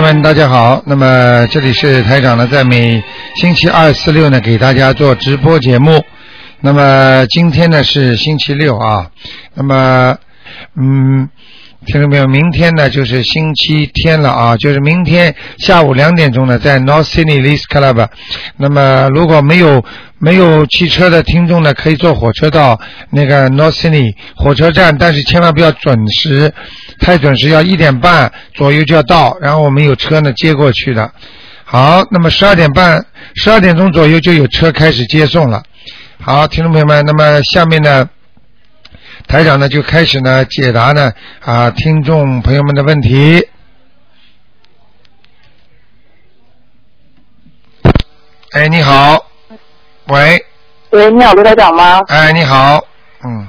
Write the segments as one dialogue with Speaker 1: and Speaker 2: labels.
Speaker 1: 们大家好，那么这里是台长呢，在每星期二、四、六呢给大家做直播节目。那么今天呢是星期六啊，那么嗯，听到没有？明天呢就是星期天了啊，就是明天下午两点钟呢，在 North Sydney Lees Club。那么如果没有没有汽车的听众呢，可以坐火车到那个 North Sydney 火车站，但是千万不要准时，太准时要一点半左右就要到，然后我们有车呢接过去的。好，那么十二点半、十二点钟左右就有车开始接送了。好，听众朋友们，那么下面呢，台长呢就开始呢解答呢啊听众朋友们的问题。哎，你好，喂，
Speaker 2: 喂，你好，卢台长吗？
Speaker 1: 哎，你好，嗯，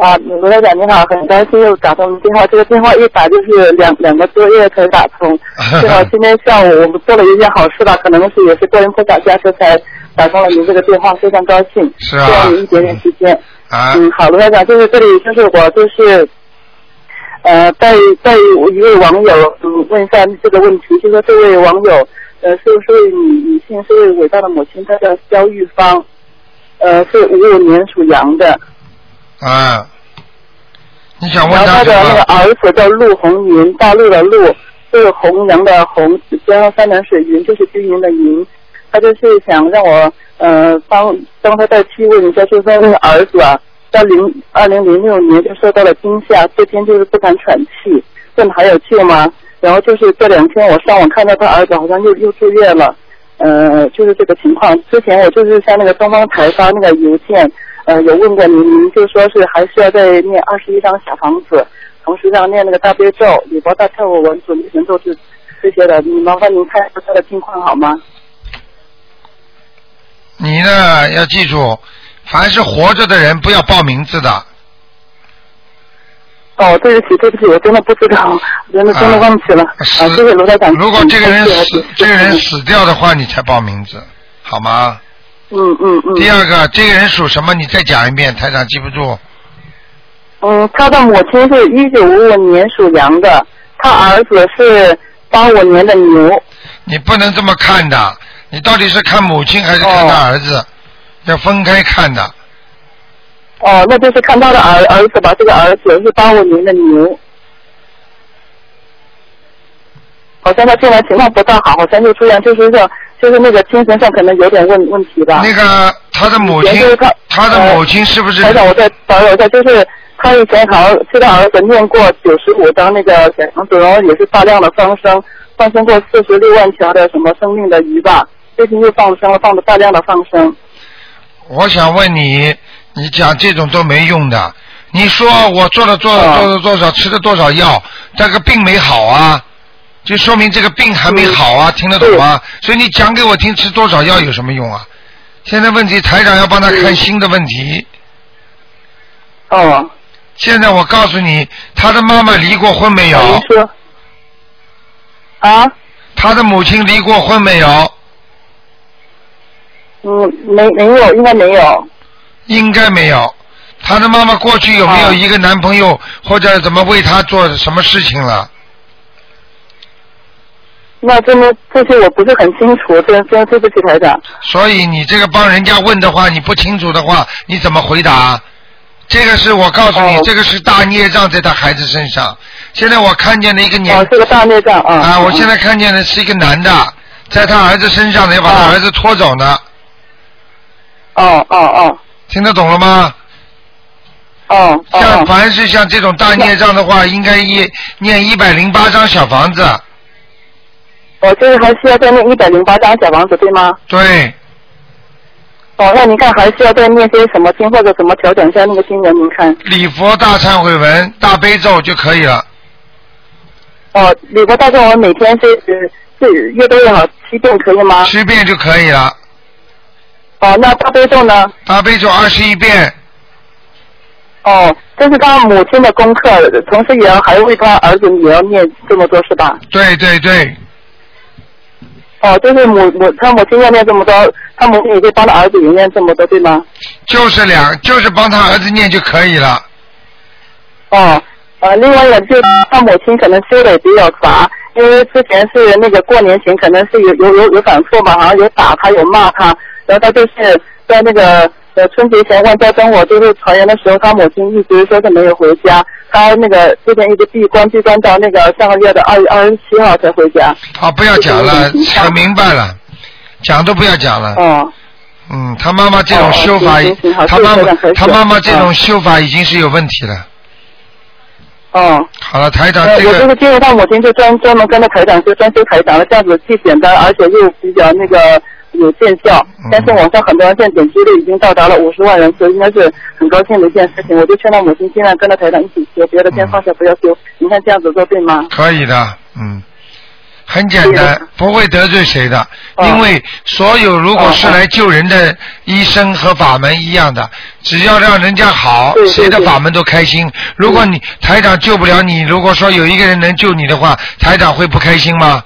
Speaker 2: 啊，卢台长你好，很高兴又打通你电话，这个电话一打就是两两个多月才打 通。正好今天下午我们做了一件好事吧，可能是也是个人不打加持才打通了您这个电话，非常高兴。
Speaker 1: 是啊
Speaker 2: 需要有一点点时间。
Speaker 1: 啊，
Speaker 2: 嗯，好，卢台长，就是这里就是我就是。呃，带带一位网友嗯问一下这个问题，就说这位网友呃是不是女女性是位伟大的母亲，她叫肖玉芳，呃是五五年属羊的，
Speaker 1: 啊，你想问
Speaker 2: 然
Speaker 1: 他
Speaker 2: 后他
Speaker 1: 什
Speaker 2: 的那个
Speaker 1: 么？
Speaker 2: 儿子叫陆红云，大陆的陆，是弘扬的弘，边上三点水云就是均匀的云。他就是想让我呃帮帮他再去问一下，就是说那个儿子啊，在零二零零六年就受到了惊吓，这天就是不敢喘气，问还有救吗？然后就是这两天我上网看到他儿子好像又又住院了，呃，就是这个情况。之前我就是向那个东方台发那个邮件，呃，有问过您，您就说是还需要再念二十一张小房子，同时让念那个大悲咒、礼佛大忏悔文、准提神咒这这些的。你麻烦您看一下他的情况好吗？
Speaker 1: 你呢要记住，凡是活着的人不要报名字
Speaker 2: 啊
Speaker 1: 的，
Speaker 2: 哦，对不起，对不起，我真的不知道，我真的真的忘记了。啊，
Speaker 1: 死
Speaker 2: 谢谢罗台长。
Speaker 1: 如果这个人死
Speaker 2: 嗯，
Speaker 1: 这个人，死掉的话，你才报名字，好吗？
Speaker 2: 嗯嗯嗯。
Speaker 1: 第二个，这个人属什么？你再讲一遍，台长记不住。
Speaker 2: 嗯，他的母亲是一九五五年属羊的，他儿子是八五年的牛。
Speaker 1: 你不能这么看的，你到底是看母亲还是看他儿子？要分开看的。
Speaker 2: 哦，那就是看他的儿儿子吧，这个儿子是八五年的牛。好像他现在情况不大好，好像就出现就是说，就是那个精神上可能有点问问题吧。
Speaker 1: 那个他的母亲
Speaker 2: 以前就是他，呃
Speaker 1: 他的母亲是不是
Speaker 2: 台长，我再打扰一下，就是他以前好像替他儿子念过九十五张那个小房子，然后也是大量的放生，放生过四十六万条的什么生命的鱼吧。最近又放生了，放了大量的放生。
Speaker 1: 我想问你，你讲这种都没用的。你说我做了多少
Speaker 2: 啊
Speaker 1: 做了多少，吃了多少药，这个病没好啊，就说明这个病还没好
Speaker 2: 嗯
Speaker 1: 啊，听得懂吗？所以你讲给我听，吃多少药有什么用啊？现在问题台长要帮他
Speaker 2: 嗯
Speaker 1: 看新的问题。
Speaker 2: 哦，
Speaker 1: 现在我告诉你，他的妈妈离过婚没有？
Speaker 2: 您说啊？
Speaker 1: 他的母亲离过婚没有？
Speaker 2: 嗯，没没有，应该没有。
Speaker 1: 应该没有。他的妈妈过去有没有
Speaker 2: 啊
Speaker 1: 一个男朋友，或者怎么为他做什么事情了？
Speaker 2: 那真的这些我不是很清楚，真真对不起台长。
Speaker 1: 所以你这个帮人家问的话，你不清楚的话，你怎么回答？这个是我告诉你，
Speaker 2: 哦
Speaker 1: 这个是大孽障在他孩子身上。现在我看见了一个年
Speaker 2: 哦，是个大孽障啊！
Speaker 1: 啊，我现在看见的是一个男的，在他儿子身上呢，要把他
Speaker 2: 啊
Speaker 1: 儿子拖走呢，
Speaker 2: 哦哦哦
Speaker 1: 听得懂了吗？
Speaker 2: 哦哦
Speaker 1: 像
Speaker 2: 哦
Speaker 1: 凡是像这种大孽障的话，应该一念一百零八张小房子，
Speaker 2: 我就是哦还需要再念一百零八张小房子，对吗？
Speaker 1: 对。
Speaker 2: 哦，那您看还需要再念些什么经，或者怎么调整一下那个经文？您看，
Speaker 1: 礼佛大忏悔文、大悲咒就可以了。
Speaker 2: 哦，礼佛大众文每天是是是越多越好，七遍可以吗？
Speaker 1: 七遍就可以了。
Speaker 2: 哦，那大悲咒呢？
Speaker 1: 大悲咒二十一遍，
Speaker 2: 哦，这是他母亲的功课，同时也要还为他儿子也要念这么多是吧？
Speaker 1: 对对对，
Speaker 2: 哦，就是母母他母亲要念这么多，他母亲也可以帮他儿子也念这么多，对吗？
Speaker 1: 就是两，就是帮他儿子念就可以了。
Speaker 2: 哦，呃，另外一个就是他母亲可能修的也比较杂，因为之前是那个过年前可能是有有有有反错吧，好像有打他有骂他，然后他就是在那个呃春节前外交跟我就是团圆的时候，他母亲一直说是没有回家，他那个这边一直闭关闭关到那个上个月的二月二十七号才回家。
Speaker 1: 好，不要讲了，我明白了，讲都不要讲了。
Speaker 2: 哦，
Speaker 1: 嗯，他妈妈这种
Speaker 2: 哦
Speaker 1: 修法
Speaker 2: 行行行，好
Speaker 1: 他
Speaker 2: 谢谢
Speaker 1: 妈
Speaker 2: 台
Speaker 1: 妈
Speaker 2: 长和
Speaker 1: 他
Speaker 2: 解
Speaker 1: 妈妈这种
Speaker 2: 嗯
Speaker 1: 修法已经是有问题了。
Speaker 2: 哦。
Speaker 1: 好了，台长
Speaker 2: 呃，
Speaker 1: 这
Speaker 2: 我就
Speaker 1: 个
Speaker 2: 是建议他母亲就专专门跟着台长学，专修台长了，这样子既简单，而且又比较那个有见效
Speaker 1: 嗯。
Speaker 2: 但是网上很多人现在点击率已经到达了五十万人，所以应该是很高兴的一件事情。我就劝他母亲尽量跟着台长一起学，别的先
Speaker 1: 嗯
Speaker 2: 放下不要修。你看这样子做对 吗？
Speaker 1: 可以的，嗯，很简单
Speaker 2: 对的，
Speaker 1: 不会得罪谁的，
Speaker 2: 哦
Speaker 1: 因为所有如果是
Speaker 2: 哦哦
Speaker 1: 来救人的医生和法门一样的，只要让人家好
Speaker 2: 对，对
Speaker 1: 谁的
Speaker 2: 对
Speaker 1: 法门都开心。如果你台长救不了你，如果说有一个人能救你的话，台长会不开心吗？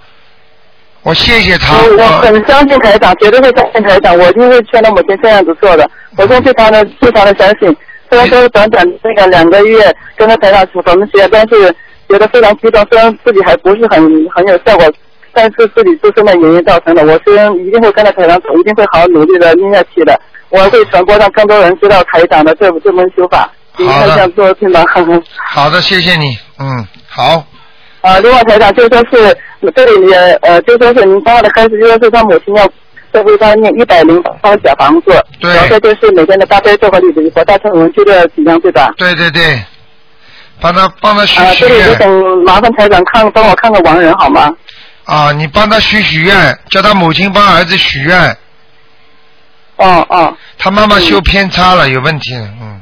Speaker 1: 我谢谢他，
Speaker 2: 哦
Speaker 1: 嗯
Speaker 2: 我我
Speaker 1: 我
Speaker 2: 很相信台长，绝对会相信台长。我一定会劝他母亲这样子做的。我现在非常的非常的相信。虽然说短短那个两个月跟着台长我们学，但是觉得非常激动。虽然自己还不是很很有效果，但是自己自身的原因造成的。我虽然一定会跟着台长走，一定会好好努力的念下去的。我会传播让更多人知道台长的这这门修法。你
Speaker 1: 好
Speaker 2: 看
Speaker 1: 的
Speaker 2: 这样做对吗？
Speaker 1: 好的，谢谢你，嗯，好，
Speaker 2: 呃，另外台长就说是这里呃呃，就说是您刚刚的开始就说是他母亲要在为他念一百零八小房子，
Speaker 1: 对
Speaker 2: 然后再就是每天的大悲咒和礼礼佛大忏悔文就这几样对吧？
Speaker 1: 对对对，帮他帮他许
Speaker 2: 啊、
Speaker 1: 许
Speaker 2: 这里
Speaker 1: 愿。
Speaker 2: 我想麻烦台长看帮我看个亡人好吗？
Speaker 1: 啊，你帮他许许愿，叫他母亲帮儿子许愿，
Speaker 2: 哦哦
Speaker 1: 他妈妈修偏差了，有问题了，嗯，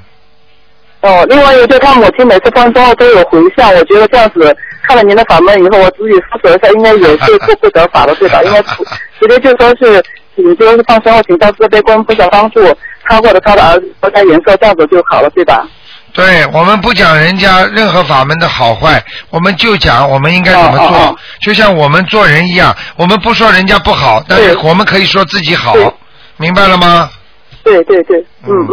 Speaker 2: 哦，另外一个就是他母亲每次放生后都有回向，我觉得这样子看了您的法门以后，我自己思索一下，应该也是不不得法了对吧？应该 不直接就说是请就是放生后请到慈悲观菩萨帮助他或者他的儿子脱胎延寿这样子就好了对吧？
Speaker 1: 对我们不讲人家任何法门的好坏，我们就讲我们应该怎么做，
Speaker 2: 哦哦哦
Speaker 1: 就像我们做人一样，我们不说人家不好，但是
Speaker 2: 对
Speaker 1: 我们可以说自己好
Speaker 2: 对，
Speaker 1: 明白了吗？
Speaker 2: 对对对，嗯
Speaker 1: 嗯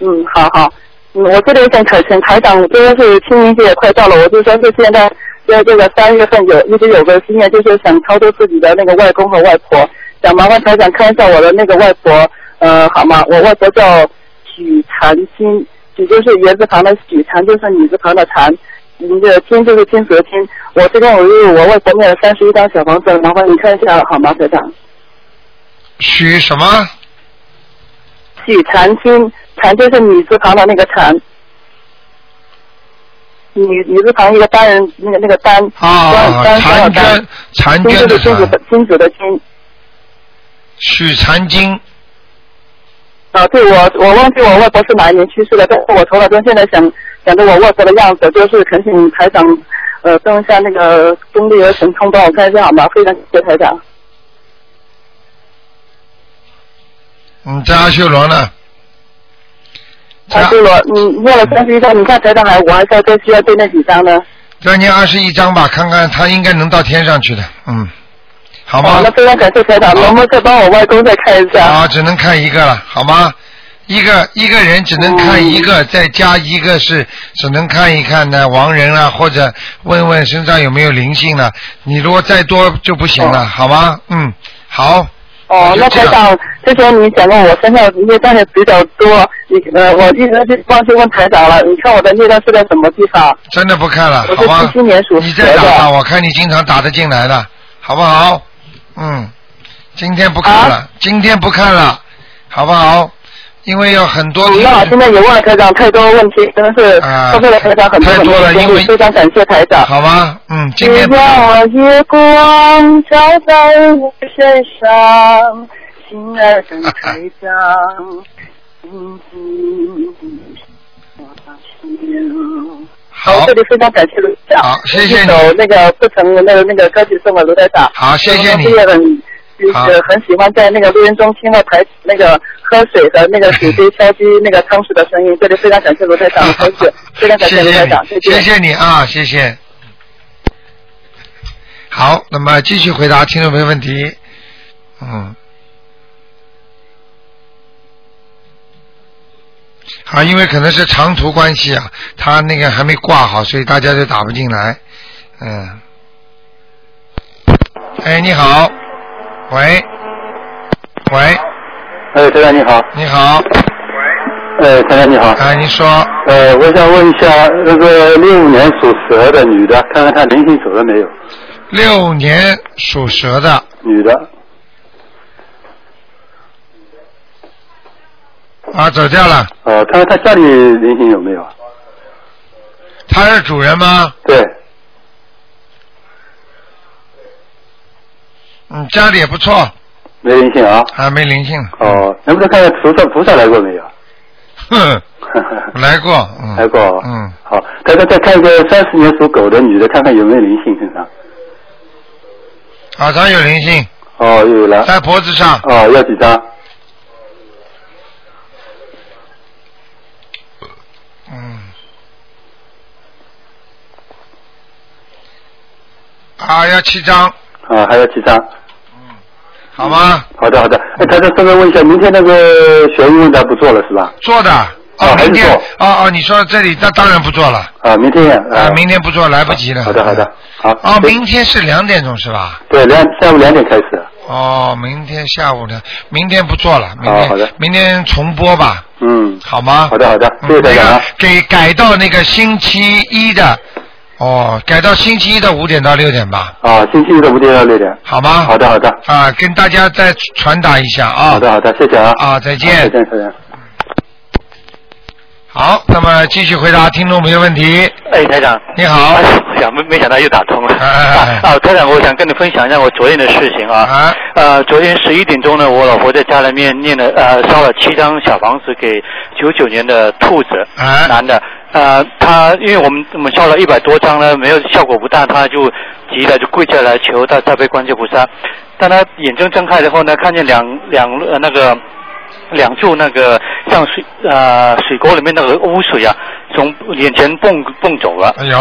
Speaker 2: 嗯嗯，好好，嗯，我这里想请请台长，我真的是清明节也快到了，我就说是现在在这个三月份有一直有个心愿，就是想超度自己的那个外公和外婆，想麻烦台长看一下我的那个外婆，呃，好吗？我外婆叫许婵金，许就是言字旁的许，婵就是女字旁的婵。您的金就是金泽金，我这边我为我外婆念了三十一张小房子，麻烦你看一下好吗，台长？
Speaker 1: 许什么？
Speaker 2: 许婵金，婵就是女字旁的那个婵，女女字旁一个单人那个那个单，
Speaker 1: 啊，
Speaker 2: 单
Speaker 1: 婵
Speaker 2: 单单
Speaker 1: 娟，婵
Speaker 2: 金
Speaker 1: 娟的
Speaker 2: 子的金子
Speaker 1: 婵
Speaker 2: 的，金子的金。
Speaker 1: 许婵金，
Speaker 2: 啊，对我我忘记我外婆是哪一年去世的，但是我头脑中现在想想着我外婆的样子，就是恳请台长呃登一下那个功力和神通，帮我看一下好吗？非常谢谢台长。
Speaker 1: 嗯，在阿修罗呢，在
Speaker 2: 啊，对了，你念了三十一张，你看台长还我还是要再需要对那几张呢？
Speaker 1: 再念二十一章吧，看看他应该能到天上去的，嗯，好吗？
Speaker 2: 好，那非常感谢台长，
Speaker 1: 好
Speaker 2: 能不能再帮我外公再看一下？
Speaker 1: 啊，只能看一个了，好吗？一个一个人只能看一
Speaker 2: 嗯
Speaker 1: 个，再加一个是只能看一看呢，亡人啊，或者问问身上有没有灵性了、你如果再多就不行了，
Speaker 2: 哦
Speaker 1: 好吗？嗯，好，
Speaker 2: 哦，那台长，之前你讲过我身上孽障也比较多，你呃，我一直就忘记问台长了。你看我的孽障是在什么地方？
Speaker 1: 真的不看了，
Speaker 2: 我
Speaker 1: 嗯好
Speaker 2: 是
Speaker 1: 吗
Speaker 2: 七七？年属
Speaker 1: 你
Speaker 2: 蛇
Speaker 1: 再打吧，
Speaker 2: 的。
Speaker 1: 我看你经常打得进来的，好不好？嗯，今天不看
Speaker 2: 啊
Speaker 1: 了，今天不看了，好不好？因为有很多
Speaker 2: 你
Speaker 1: 听
Speaker 2: 那我
Speaker 1: 众
Speaker 2: 啊现在也问了台长太多问题，真的是
Speaker 1: 啊
Speaker 2: 浪费了台长很多
Speaker 1: 太
Speaker 2: 很
Speaker 1: 多
Speaker 2: 多
Speaker 1: 了
Speaker 2: 时间，
Speaker 1: 因为
Speaker 2: 也非常感谢台长。
Speaker 1: 好吗？嗯，今天不
Speaker 2: 只
Speaker 1: 看了
Speaker 2: 要月光照在我身上，心儿跟台长，静静地想起了。
Speaker 1: 好
Speaker 2: 这，里非常感谢卢台长，
Speaker 1: 好谢谢你
Speaker 2: 一首那个不成文的那个歌曲送给卢台长。
Speaker 1: 好谢谢你
Speaker 2: 我也很
Speaker 1: 好
Speaker 2: 就是很喜欢在那个录音中听到台那个喝水和那个水杯敲击那个汤匙的声音。这里非常感谢卢台 长，同志，非常感
Speaker 1: 谢
Speaker 2: 谢卢
Speaker 1: 谢
Speaker 2: 台长，
Speaker 1: 你，谢
Speaker 2: 见。
Speaker 1: 谢你啊，谢谢。好，那么继续回答听众朋友问题。嗯，好，因为可能是长途关系啊，他那个还没挂好，所以大家就打不进来。嗯，哎，你好，喂，喂，
Speaker 3: 哎，台长你好，
Speaker 1: 你好，
Speaker 3: 哎，台长你好，
Speaker 1: 哎，您说，
Speaker 3: 呃，我想问一下那个六五年属蛇的女的，看看她灵性走了没有？
Speaker 1: 六年属蛇的，
Speaker 3: 女的，
Speaker 1: 啊，走掉了，
Speaker 3: 呃，看看她家里灵性有没有？
Speaker 1: 他是主人吗？
Speaker 3: 对，
Speaker 1: 嗯，家里也不错，
Speaker 3: 没灵性啊。
Speaker 1: 啊，没灵性，
Speaker 3: 哦，能不能看看菩萨菩萨来过没有？
Speaker 1: 哼，嗯来 过，嗯，
Speaker 3: 来过。
Speaker 1: 嗯，
Speaker 3: 好，台长再看一个三十年属狗的女的，看看有没有灵性身上。
Speaker 1: 啊，他有灵性，
Speaker 3: 哦，又有了。
Speaker 1: 在脖子上，
Speaker 3: 哦，要几张？
Speaker 1: 嗯，啊，要七张，
Speaker 3: 啊，还要几张？
Speaker 1: 好吗？
Speaker 3: 好的，好的。哎，台长顺便问一下，明天那个学运问答不做了是吧？
Speaker 1: 做的。
Speaker 3: 哦还
Speaker 1: 明
Speaker 3: 是
Speaker 1: 天
Speaker 3: 做
Speaker 1: 哦哦，你说到这里，那当然不做了
Speaker 3: 啊，明天
Speaker 1: 啊
Speaker 3: 啊，，
Speaker 1: 明天不做来不及了。
Speaker 3: 好的，好的，好。
Speaker 1: 哦，
Speaker 3: 对
Speaker 1: 明天是两点钟是吧？
Speaker 3: 对两下午两点开始。
Speaker 1: 哦，明天下午的，明天不做了，明天、
Speaker 3: 好好的
Speaker 1: 明天重播吧，
Speaker 3: 嗯，
Speaker 1: 好吗？
Speaker 3: 好的，好的，
Speaker 1: 嗯
Speaker 3: 谢谢
Speaker 1: 那
Speaker 3: 台长
Speaker 1: 个
Speaker 3: 啊。
Speaker 1: 给改到那个星期一的，哦，改到星期一的五点到六点吧，
Speaker 3: 啊，星期一的五点到六点。
Speaker 1: 好吗？
Speaker 3: 好的，好的，
Speaker 1: 啊，跟大家再传达一下啊。
Speaker 3: 好的，好的，谢谢啊。
Speaker 1: 啊，再见。
Speaker 3: 再见，再见。
Speaker 1: 好，那么继续回答听众朋友问题。
Speaker 4: 哎，台长，
Speaker 1: 你好
Speaker 4: 哎，我想没没想到又打通了。
Speaker 1: 哎哎哎
Speaker 4: 啊，台长，我想跟你分享一下我昨天的事情啊。
Speaker 1: 啊，
Speaker 4: 呃，昨天十一点钟呢，我老婆在家里面念了呃烧了七张小房子给九九年的兔子，
Speaker 1: 啊
Speaker 4: 男的。呃，他因为我们我们烧了一百多张呢，没有效果不大，他就急了，就跪下来求大慈悲观世菩萨。当他眼睛睁开了后呢，看见两两呃那个两柱那个像水呃水沟里面那个污水啊，从眼前蹦蹦走了。
Speaker 1: 哎呦，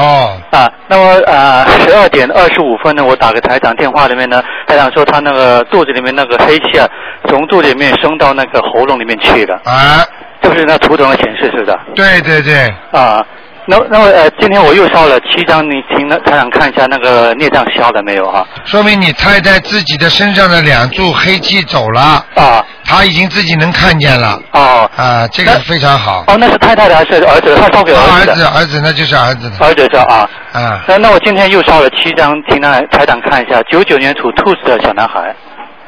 Speaker 4: 啊，那么呃，十二点二十五分呢，我打给台长电话里面呢，台长说他那个肚子里面那个黑气啊，从肚子里面升到那个喉咙里面去了，
Speaker 1: 啊，
Speaker 4: 这不是那图腾的显示是的
Speaker 1: 对对对，
Speaker 4: 啊。那那么呃，今天我又烧了七张，你请那台长看一下那个孽障消了没有啊？
Speaker 1: 说明你太太自己的身上的两柱黑气走了，
Speaker 4: 啊
Speaker 1: 她已经自己能看见了，
Speaker 4: 哦
Speaker 1: 啊，这个非常好。
Speaker 4: 哦，那是太太的还是儿子的？他烧给
Speaker 1: 儿
Speaker 4: 儿
Speaker 1: 子，
Speaker 4: 的。
Speaker 1: 儿子，那就是儿子的，
Speaker 4: 儿子是啊，
Speaker 1: 啊
Speaker 4: 那那我今天又烧了七张，请那台长看一下，九九年属兔子的小男孩，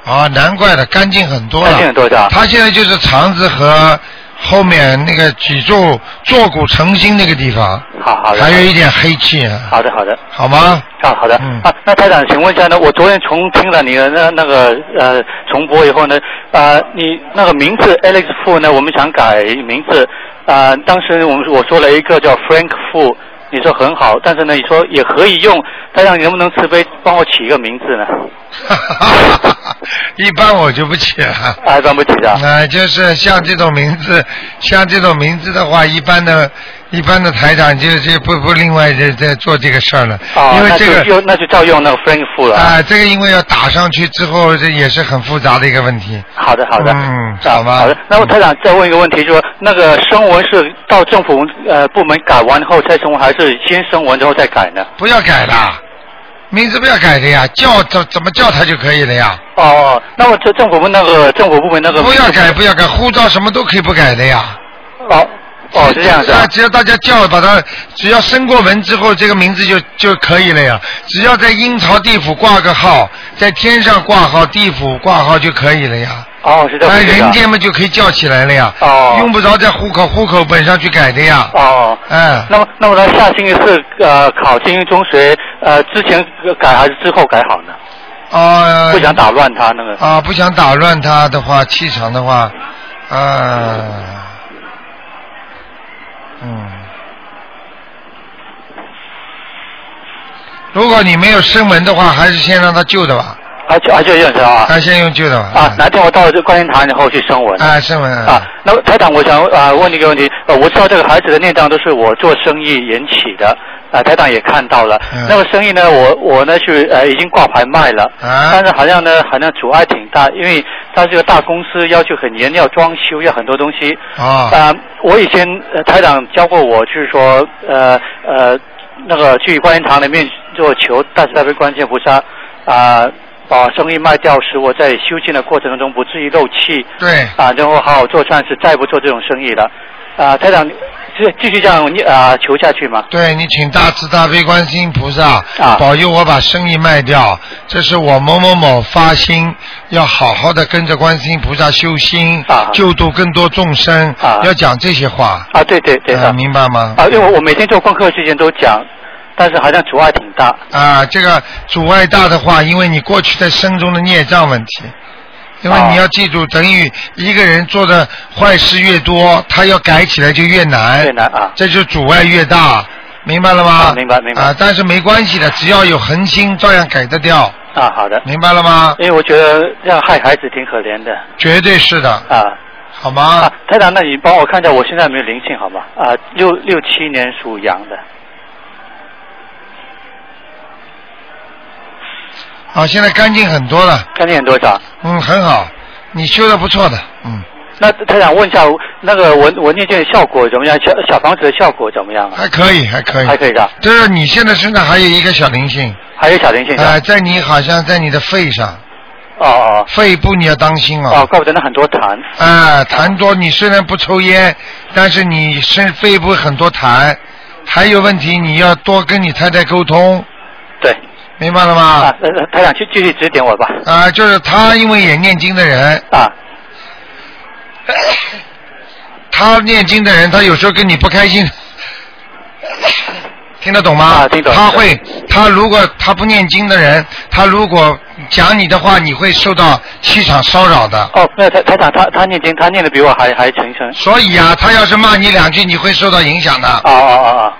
Speaker 1: 啊，难怪了，干净很多
Speaker 4: 看见
Speaker 1: 了
Speaker 4: 有。多少？
Speaker 1: 他现在就是肠子和后面那个脊柱坐骨成心那个地方，
Speaker 4: 好好的，
Speaker 1: 还有一点黑气，啊
Speaker 4: 好的好的。
Speaker 1: 好吗？
Speaker 4: 啊，好的、
Speaker 1: 嗯
Speaker 4: 啊，那台长，请问一下呢？我昨天重听了你的那那个呃重播以后呢，呃，你那个名字 Alex Fu 呢，我们想改名字，呃，当时我们我说了一个叫 Frank Fu，你说很好，但是呢，你说也可以用，台长，你能不能慈悲帮我起一个名字呢？
Speaker 1: 一般我就不起了。
Speaker 4: 啊，帮不起的
Speaker 1: 啊、，就是像这种名字，像这种名字的话，一般的、一般的台长就就不不另外在在做这个事儿了，
Speaker 4: 啊，
Speaker 1: 因为
Speaker 4: 那
Speaker 1: 这
Speaker 4: 就
Speaker 1: 个
Speaker 4: 用那就照用那个 Frank Fu 了。
Speaker 1: 啊、这个因为要打上去之后，这也是很复杂的一个问题。
Speaker 4: 好的，好的，
Speaker 1: 嗯
Speaker 4: 啊
Speaker 1: 好吧嗯
Speaker 4: 好的，那么台长再问一个问题，就是说那个声纹是到政府呃部门改完后再声纹，还是先声纹之后再改呢？
Speaker 1: 不要改啦，名字不要改的呀，叫怎怎么叫他就可以了呀，
Speaker 4: 哦，那么这政府部门那个政府部门那个
Speaker 1: 不要改不要改，护照什么都可以不改的呀。
Speaker 4: 哦哦是这样子
Speaker 1: 啊
Speaker 4: 啊，
Speaker 1: 只要大家叫把它，只要升过文之后，这个名字就就可以了呀。只要在阴曹地府挂个号，在天上挂号，地府挂号就可以了呀。
Speaker 4: 哦是这样
Speaker 1: 哎，
Speaker 4: 子
Speaker 1: 人
Speaker 4: 啊
Speaker 1: 间嘛就可以叫起来了呀。
Speaker 4: 哦
Speaker 1: 用不着在户口户口本上去改的呀。
Speaker 4: 哦。
Speaker 1: 哎，
Speaker 4: 那么，那么呢？下星期四呃考精英中学呃之前改还是之后改好呢？
Speaker 1: 啊
Speaker 4: 哦不想打乱他那个。
Speaker 1: 啊，不想打乱他的话，气场的话，啊，嗯，如果你没有声纹的话，还是先让他救的吧，
Speaker 4: 啊就啊就这样子啊
Speaker 1: 还是先用救的嗯吧。
Speaker 4: 啊！哪天我到这观音堂以后去升文
Speaker 1: 啊，声纹
Speaker 4: 啊。那么台长，我想啊、问你一个问题，呃，我知道这个孩子的孽障都是我做生意引起的，啊、台长也看到了。
Speaker 1: 嗯
Speaker 4: 那么生意呢，我我呢是呃已经挂牌卖了，
Speaker 1: 啊
Speaker 4: 但是好像呢，好像阻碍挺大，因为它是个大公司，要求很严，要装修，要很多东西。
Speaker 1: 啊
Speaker 4: 啊、我以前、呃、台长教过我，就是说，呃呃，那个去观音堂里面做求大慈大悲观世音菩萨啊、把生意卖掉，使我在修行的过程中不至于漏气
Speaker 1: 对，
Speaker 4: 啊，然后好好做善事，再不做这种生意了。啊，台长，继继续这样念啊求下去嘛。
Speaker 1: 对你请大慈大悲观世音菩萨、
Speaker 4: 啊
Speaker 1: 保佑我把生意卖掉，这是我某某某发心，要好好的跟着观世音菩萨修心，
Speaker 4: 啊
Speaker 1: 救度更多众生，
Speaker 4: 啊
Speaker 1: 要讲这些话，
Speaker 4: 啊，对对对
Speaker 1: 呃
Speaker 4: 的。
Speaker 1: 明白吗？
Speaker 4: 啊，因为我我每天做功课之前都讲，但是好像阻碍挺大。
Speaker 1: 啊，这个阻碍大的话，因为你过去在生中的孽障问题，因为
Speaker 4: 啊
Speaker 1: 你要记住，等于一个人做的坏事越多，他要改起来就越难，
Speaker 4: 越难啊
Speaker 1: 这就阻碍越大，明白了吗？
Speaker 4: 啊明白明白
Speaker 1: 啊，但是没关系的，只要有恒心，照样改得掉，
Speaker 4: 啊，好的。哎
Speaker 1: 明白了吗？
Speaker 4: 因为我觉得这样害孩子挺可怜的
Speaker 1: 绝对是的，
Speaker 4: 啊。
Speaker 1: 好
Speaker 4: 啊
Speaker 1: 吗？，
Speaker 4: 台长，那你帮我看一下我现在有没有灵性好吗？啊，六六七年属羊的
Speaker 1: 啊，现在干净很多了，
Speaker 4: 干净很多少？
Speaker 1: 嗯，很好，你修的不错的，嗯，
Speaker 4: 那台长问一下，那个我我念经的效果怎么样？小小房子的效果怎么样啊？
Speaker 1: 还可以，还可以
Speaker 4: 还，可以的，
Speaker 1: 就是你现在身上还有一个小灵性，
Speaker 4: 还有小灵性
Speaker 1: 啊、
Speaker 4: 的。
Speaker 1: 在你好像在你的肺上，
Speaker 4: 哦哦
Speaker 1: 肺部你要当心
Speaker 4: 哦，哦
Speaker 1: 哦。
Speaker 4: 怪不得那很多痰。
Speaker 1: 啊、痰多，你虽然不抽烟，但是你身肺部很多痰，还有问题你要多跟你太太沟通，
Speaker 4: 对
Speaker 1: 明白了吗？
Speaker 4: 啊，呃呃台长继继续指点我吧。
Speaker 1: 啊、就是他因为也念经的人，
Speaker 4: 啊
Speaker 1: 他念经的人，他有时候跟你不开心，听得懂吗？
Speaker 4: 啊听懂
Speaker 1: 他会，他如果他不念经的人，他如果讲你的话，你会受到气场骚扰的。
Speaker 4: 哦，没有台台长他他念经，他念的比我还还诚诚。
Speaker 1: 所以啊，他要是骂你两句，你会受到影响的。
Speaker 4: 哦哦哦 哦，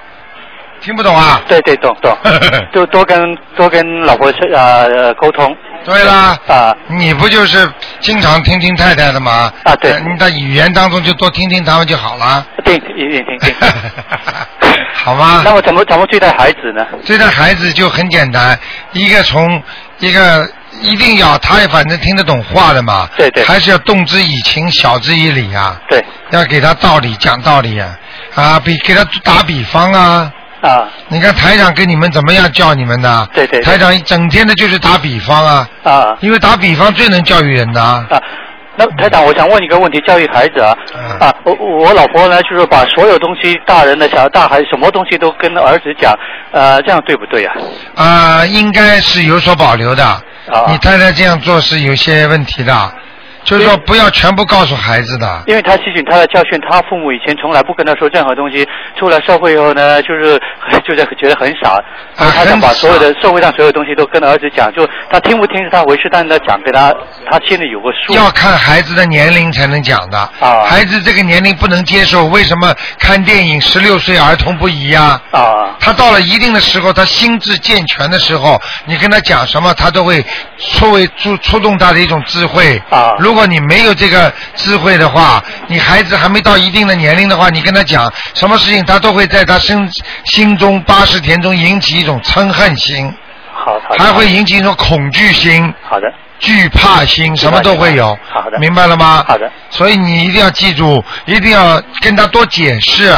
Speaker 1: 听不懂啊？
Speaker 4: 对对懂 懂。就多跟多跟老婆是呃沟通。
Speaker 1: 对啦，
Speaker 4: 啊
Speaker 1: 你不就是经常听听太太的吗？
Speaker 4: 啊对
Speaker 1: 呃你在语言当中就多听听他们就好了，
Speaker 4: 定一定定定。
Speaker 1: 好吗
Speaker 4: 那？我怎么怎么对待孩子呢？
Speaker 1: 这个孩子就很简单，一个从一个一定要他反正听得懂话的嘛，
Speaker 4: 对对
Speaker 1: 还是要动之以情，晓之以理啊，
Speaker 4: 对
Speaker 1: 要给他道理讲道理啊，啊，比给他打比方啊。
Speaker 4: 啊
Speaker 1: 你看台长跟你们怎么样教你们的？
Speaker 4: 对对对
Speaker 1: 台长一整天的就是打比方啊，
Speaker 4: 啊
Speaker 1: 因为打比方最能教育人的啊。
Speaker 4: 啊！那台长，我想问一个问题，教育孩子啊
Speaker 1: 嗯
Speaker 4: 啊，我我老婆呢，就是把所有东西，大人的、小大孩，什么东西都跟儿子讲，呃，这样对不对呀、
Speaker 1: 啊、应该是有所保留的。
Speaker 4: 啊
Speaker 1: 你太太这样做是有些问题的，就是说不要全部告诉孩子的。
Speaker 4: 因为他吸取他的教训，他父母以前从来不跟他说任何东西，出了社会以后呢，就是就是觉得很傻，
Speaker 1: 啊
Speaker 4: 所以他想把所有的社会上所有东西都跟儿子讲，就他听不听是他回事，但是他讲给他，他心里有个数。
Speaker 1: 要看孩子的年龄才能讲的，
Speaker 4: 啊
Speaker 1: 孩子这个年龄不能接受，为什么看电影十六岁儿童不宜呀？
Speaker 4: 啊
Speaker 1: 他到了一定的时候，他心智健全的时候，你跟他讲什么，他都会触为触触动他的一种智慧。
Speaker 4: 啊
Speaker 1: 如果你没有这个智慧的话，你孩子还没到一定的年龄的话，你跟他讲什么事情，他都会在他身心中八十田中引起一种嗔恨心，
Speaker 4: 好好的
Speaker 1: 还会引起一种恐惧心、
Speaker 4: 好的
Speaker 1: 惧怕心，什么都会有。
Speaker 4: 好的
Speaker 1: 明白了吗？
Speaker 4: 好的
Speaker 1: 所以你一定要记住，一定要跟他多解释，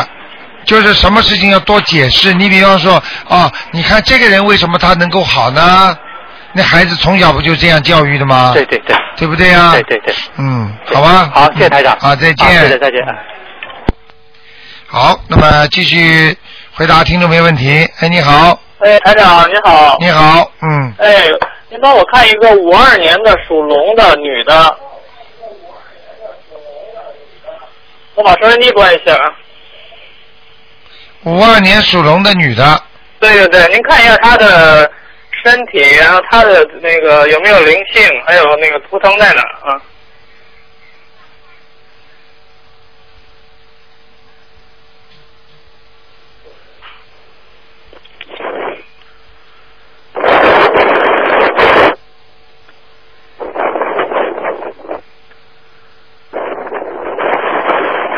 Speaker 1: 就是什么事情要多解释。你比方说，哦，你看这个人为什么他能够好呢？那孩子从小不就这样教育的吗？
Speaker 4: 对，对对
Speaker 1: 啊对不对呀、
Speaker 4: 对对对，
Speaker 1: 嗯，好吧。
Speaker 4: 好，谢谢台长。
Speaker 1: 嗯好，再见。
Speaker 4: 好谢谢再见。啊
Speaker 1: 好，那么继续回答听众朋友问题。哎，你好，
Speaker 5: 哎，台长您好。
Speaker 1: 你好，嗯，
Speaker 5: 哎，您帮我看一个五二年的属龙的女的。我把收音机关一下啊。
Speaker 1: 五二年属龙的女的，
Speaker 5: 对对对，您看一下她的身体，然后她的那个有没有灵性，还有那个图腾在哪儿啊？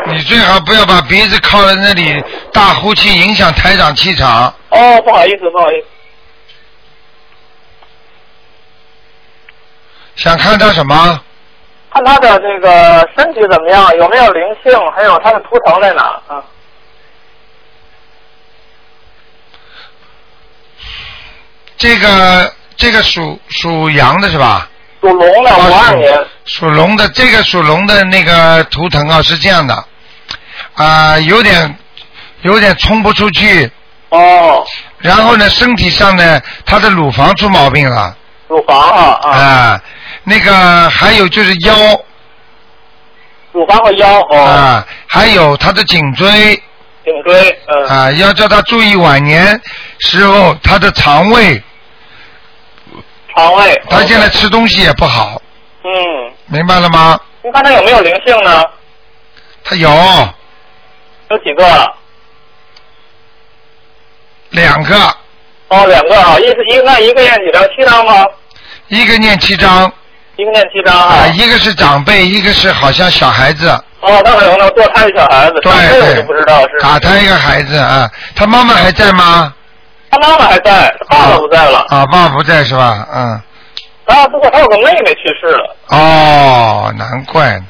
Speaker 1: 你最好不要把鼻子靠在那里大呼气，影响台长气场。
Speaker 5: 哦，不好意思，不好意思。
Speaker 1: 想看他什么？
Speaker 5: 看她的那个身体怎么样，有没有灵性，还有她的图腾在哪儿啊？
Speaker 1: 这个这个属属羊的是吧？啊
Speaker 5: 属龙的，五二年。
Speaker 1: 属龙的这个属龙的那个图腾啊是这样的，啊、有点有点冲不出去，
Speaker 5: 哦，
Speaker 1: 然后呢身体上呢他的乳房出毛病了
Speaker 5: 乳房啊
Speaker 1: 啊、
Speaker 5: 啊，
Speaker 1: 那个还有就是腰
Speaker 5: 乳房和腰
Speaker 1: 啊、
Speaker 5: 哦，
Speaker 1: 还有他的颈椎
Speaker 5: 颈椎嗯
Speaker 1: 啊、要叫他注意晚年时候他的肠胃，
Speaker 5: 肠胃。
Speaker 1: 他现在
Speaker 5: 哦
Speaker 1: 吃东西也不好，
Speaker 5: 嗯，
Speaker 1: 明白了吗？
Speaker 5: 您看他有没有灵性呢？
Speaker 1: 他有
Speaker 5: 有几个？啊
Speaker 1: 两个，
Speaker 5: 哦，两个啊，一一那一个念几张？七张吗？
Speaker 1: 一个念七章
Speaker 5: 一个念七张
Speaker 1: 啊、
Speaker 5: 啊。
Speaker 1: 一个是长辈，一个是好像小孩子。
Speaker 5: 哦，那可能呢，堕胎的小孩子，
Speaker 1: 对
Speaker 5: 长辈我
Speaker 1: 对
Speaker 5: 就不知道是。
Speaker 1: 打他一个孩子啊，他妈妈还在吗？
Speaker 5: 他妈妈还在，他爸爸不在了。
Speaker 1: 啊，爸爸不在是吧？嗯，
Speaker 5: 然后不过他有个妹妹去世了。
Speaker 1: 哦，难怪呢，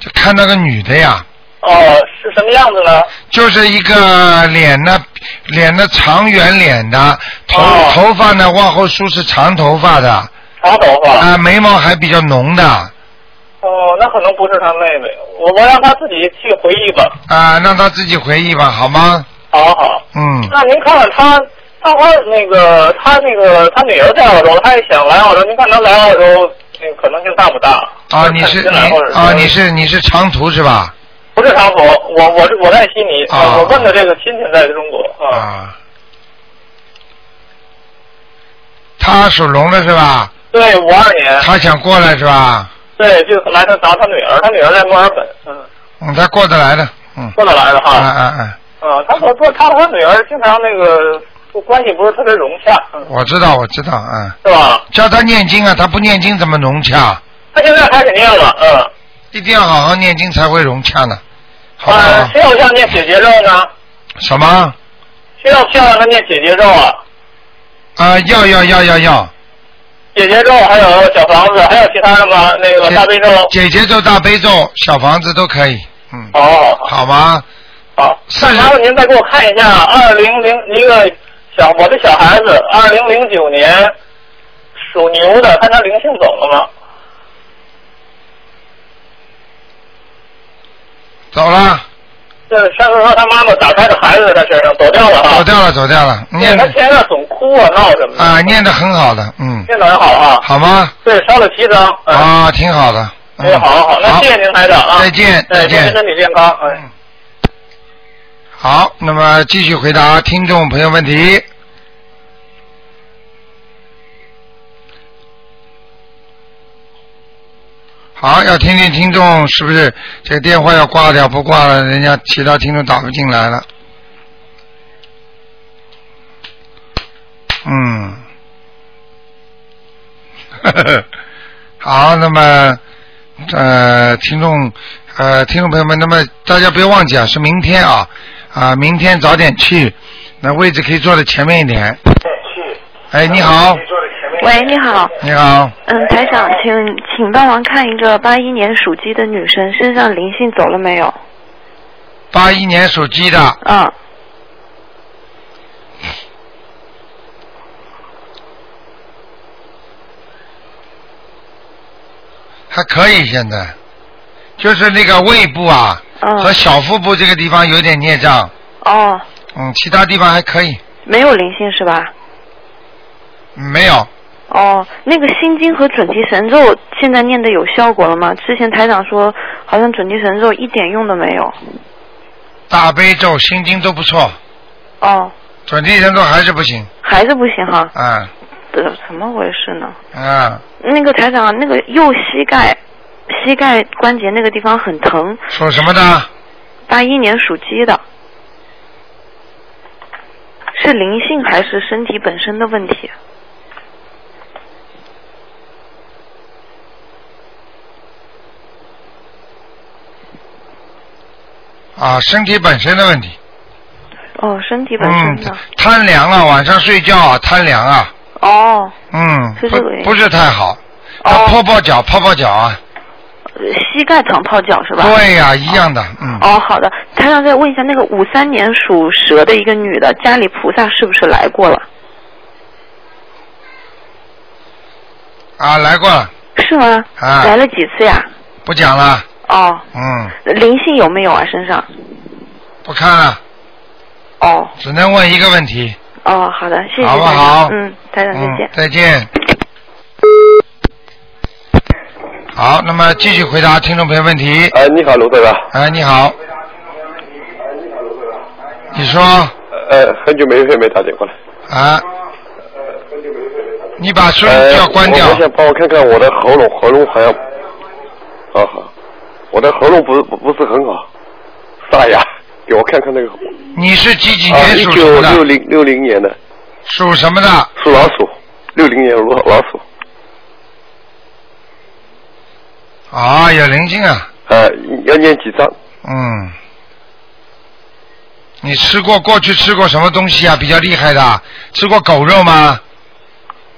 Speaker 1: 就看那个女的呀，
Speaker 5: 哦，是什么样子呢？
Speaker 1: 就是一个脸呢，脸呢长圆脸的，头、
Speaker 5: 哦
Speaker 1: 头发呢往后梳是长头发的，啊、
Speaker 5: 长头发。
Speaker 1: 眉毛还比较浓的，啊、
Speaker 5: 哦，那可能不是他妹妹，我我让他自己去回忆吧。
Speaker 1: 啊让他自己回忆吧，好吗？
Speaker 5: 好好，
Speaker 1: 嗯，
Speaker 5: 那您看看他，他他那个他那个他女儿在澳洲，他也想来澳洲，您看他来澳洲那个可能性大不大？
Speaker 1: 啊，你是
Speaker 5: 看
Speaker 1: 你
Speaker 5: 来或者
Speaker 1: 啊，你是你是长途是吧？
Speaker 5: 不是长途？我我是我在悉尼，
Speaker 1: 啊
Speaker 5: 我问的这个亲戚在中国啊，
Speaker 1: 啊，他属龙的是吧？
Speaker 5: 对，五二年，
Speaker 1: 他想过来是吧？
Speaker 5: 对，就来他找他女儿，他女儿在墨尔本，嗯，
Speaker 1: 嗯，他过得来的，嗯，
Speaker 5: 过得来的
Speaker 1: 啊
Speaker 5: 哈，
Speaker 1: 啊啊！
Speaker 5: 啊，他和不，他和他女儿经常那个关系不是特别融洽，嗯
Speaker 1: 我知道，我知道，嗯，
Speaker 5: 是吧？
Speaker 1: 叫他念经啊，他不念经怎么融洽？
Speaker 5: 他现在开始念了，嗯。
Speaker 1: 一定要好好念经才会融洽呢，好不
Speaker 5: 啊，
Speaker 1: 好？
Speaker 5: 需要不需要念姐姐咒呢？
Speaker 1: 什么？
Speaker 5: 需要不需要让他念姐姐咒啊？
Speaker 1: 啊，要要要要要！
Speaker 5: 姐姐咒还有小房子，还有其他的吗？那个大悲咒。
Speaker 1: 姐姐咒、大悲咒、小房子都可以，嗯，
Speaker 5: 好好好
Speaker 1: 好吗？
Speaker 5: 好。
Speaker 1: 三十
Speaker 5: 然后您再给我看一下，二零零一个小我的小孩子，二零零九年属牛的，看他灵性走了吗？
Speaker 1: 走了，
Speaker 5: 这上次说他妈妈打胎的孩子在身上走掉了哈。
Speaker 1: 走掉了，走掉了，嗯
Speaker 5: 对。
Speaker 1: 念
Speaker 5: 他
Speaker 1: 的
Speaker 5: 前面总哭啊闹什么的。
Speaker 1: 啊，念的很好的，嗯，
Speaker 5: 念得很好啊。
Speaker 1: 好吗？
Speaker 5: 对，烧了七张。嗯。
Speaker 1: 啊，挺好的。嗯
Speaker 5: 哎，好好好，那谢谢您台长啊。
Speaker 1: 再见
Speaker 5: 对
Speaker 1: 再见嗯
Speaker 5: 祝您身体健康。哎。
Speaker 1: 好，那么继续回答听众朋友问题。好，要听听听众是不是这个电话要挂掉，不挂了，人家其他听众打不进来了。嗯， 好，那么呃，听众呃，听众朋友们，那么大家不要忘记啊，是明天啊啊、明天早点去，那位置可以坐在前面一点。哎，你好，
Speaker 6: 喂，你好，
Speaker 1: 你好，
Speaker 6: 嗯，台长，请请帮忙看一个八一年属鸡的女生身上灵性走了没有？
Speaker 1: 八一年属鸡的，
Speaker 6: 嗯，
Speaker 1: 还可以现在，就是那个胃部啊、
Speaker 6: 嗯
Speaker 1: 和小腹部这个地方有点孽障，
Speaker 6: 哦，
Speaker 1: 嗯，其他地方还可以，嗯
Speaker 6: 没有灵性是吧？
Speaker 1: 没有，
Speaker 6: 哦，那个心经和准提神咒现在念的有效果了吗？之前台长说好像准提神咒一点用都没有。
Speaker 1: 大悲咒、心经都不错，
Speaker 6: 哦，
Speaker 1: 准提神咒还是不行，
Speaker 6: 还是不行哈？
Speaker 1: 啊、
Speaker 6: 这怎么回事呢？
Speaker 1: 啊、
Speaker 6: 那个台长，那个右膝盖膝盖关节那个地方很疼，
Speaker 1: 属什么的？
Speaker 6: 八一年属鸡的，是灵性还是身体本身的问题？
Speaker 1: 啊，身体本身的问题，
Speaker 6: 哦，身体本身的
Speaker 1: 嗯。，贪凉啊，晚上睡觉啊，贪凉啊，
Speaker 6: 哦，
Speaker 1: 嗯，
Speaker 6: 是这个原因
Speaker 1: 不不是太好，他
Speaker 6: 哦
Speaker 1: 泡泡脚，泡泡脚 啊，
Speaker 6: 呃膝盖常泡脚是吧？。
Speaker 1: 对呀、一样的，嗯，
Speaker 6: 哦，好的。台长，再问一下，那个五三年属蛇的一个女的，家里菩萨是不是来过了？
Speaker 1: 啊，来过了，
Speaker 6: 是吗？
Speaker 1: 啊
Speaker 6: 来了几次呀？
Speaker 1: 不讲了，
Speaker 6: 哦，
Speaker 1: 嗯，
Speaker 6: 灵性有没有啊？身上？
Speaker 1: 不看了，
Speaker 6: 哦
Speaker 1: 只能问一个问题，
Speaker 6: 哦，好的，谢谢
Speaker 1: 好
Speaker 6: 台
Speaker 1: 不
Speaker 6: 长。
Speaker 1: 好
Speaker 6: 嗯，台长再见。
Speaker 1: 嗯，再见。好，那么继续回答听众朋友问题。
Speaker 7: 哎，你好，卢队长。
Speaker 1: 哎，你好。你说
Speaker 7: 呃，很久没没打电话了。
Speaker 1: 啊？你把收音
Speaker 7: 呃
Speaker 1: 机要关掉
Speaker 7: 我。我想帮我看看我的喉咙，喉咙好像，好好，我的喉咙不不不是很好，沙哑。给我看看那个，
Speaker 1: 你是几几
Speaker 7: 啊，
Speaker 1: 年
Speaker 7: 一
Speaker 1: 属什
Speaker 7: 九
Speaker 1: 么
Speaker 7: 六
Speaker 1: 的？
Speaker 7: 零六零年的，
Speaker 1: 属什么的？
Speaker 7: 属老鼠，六零年属老鼠，
Speaker 1: 啊，有灵性啊。
Speaker 7: 呃，要念几张？
Speaker 1: 嗯。你吃过过去吃过什么东西啊？比较厉害的，吃过狗肉吗？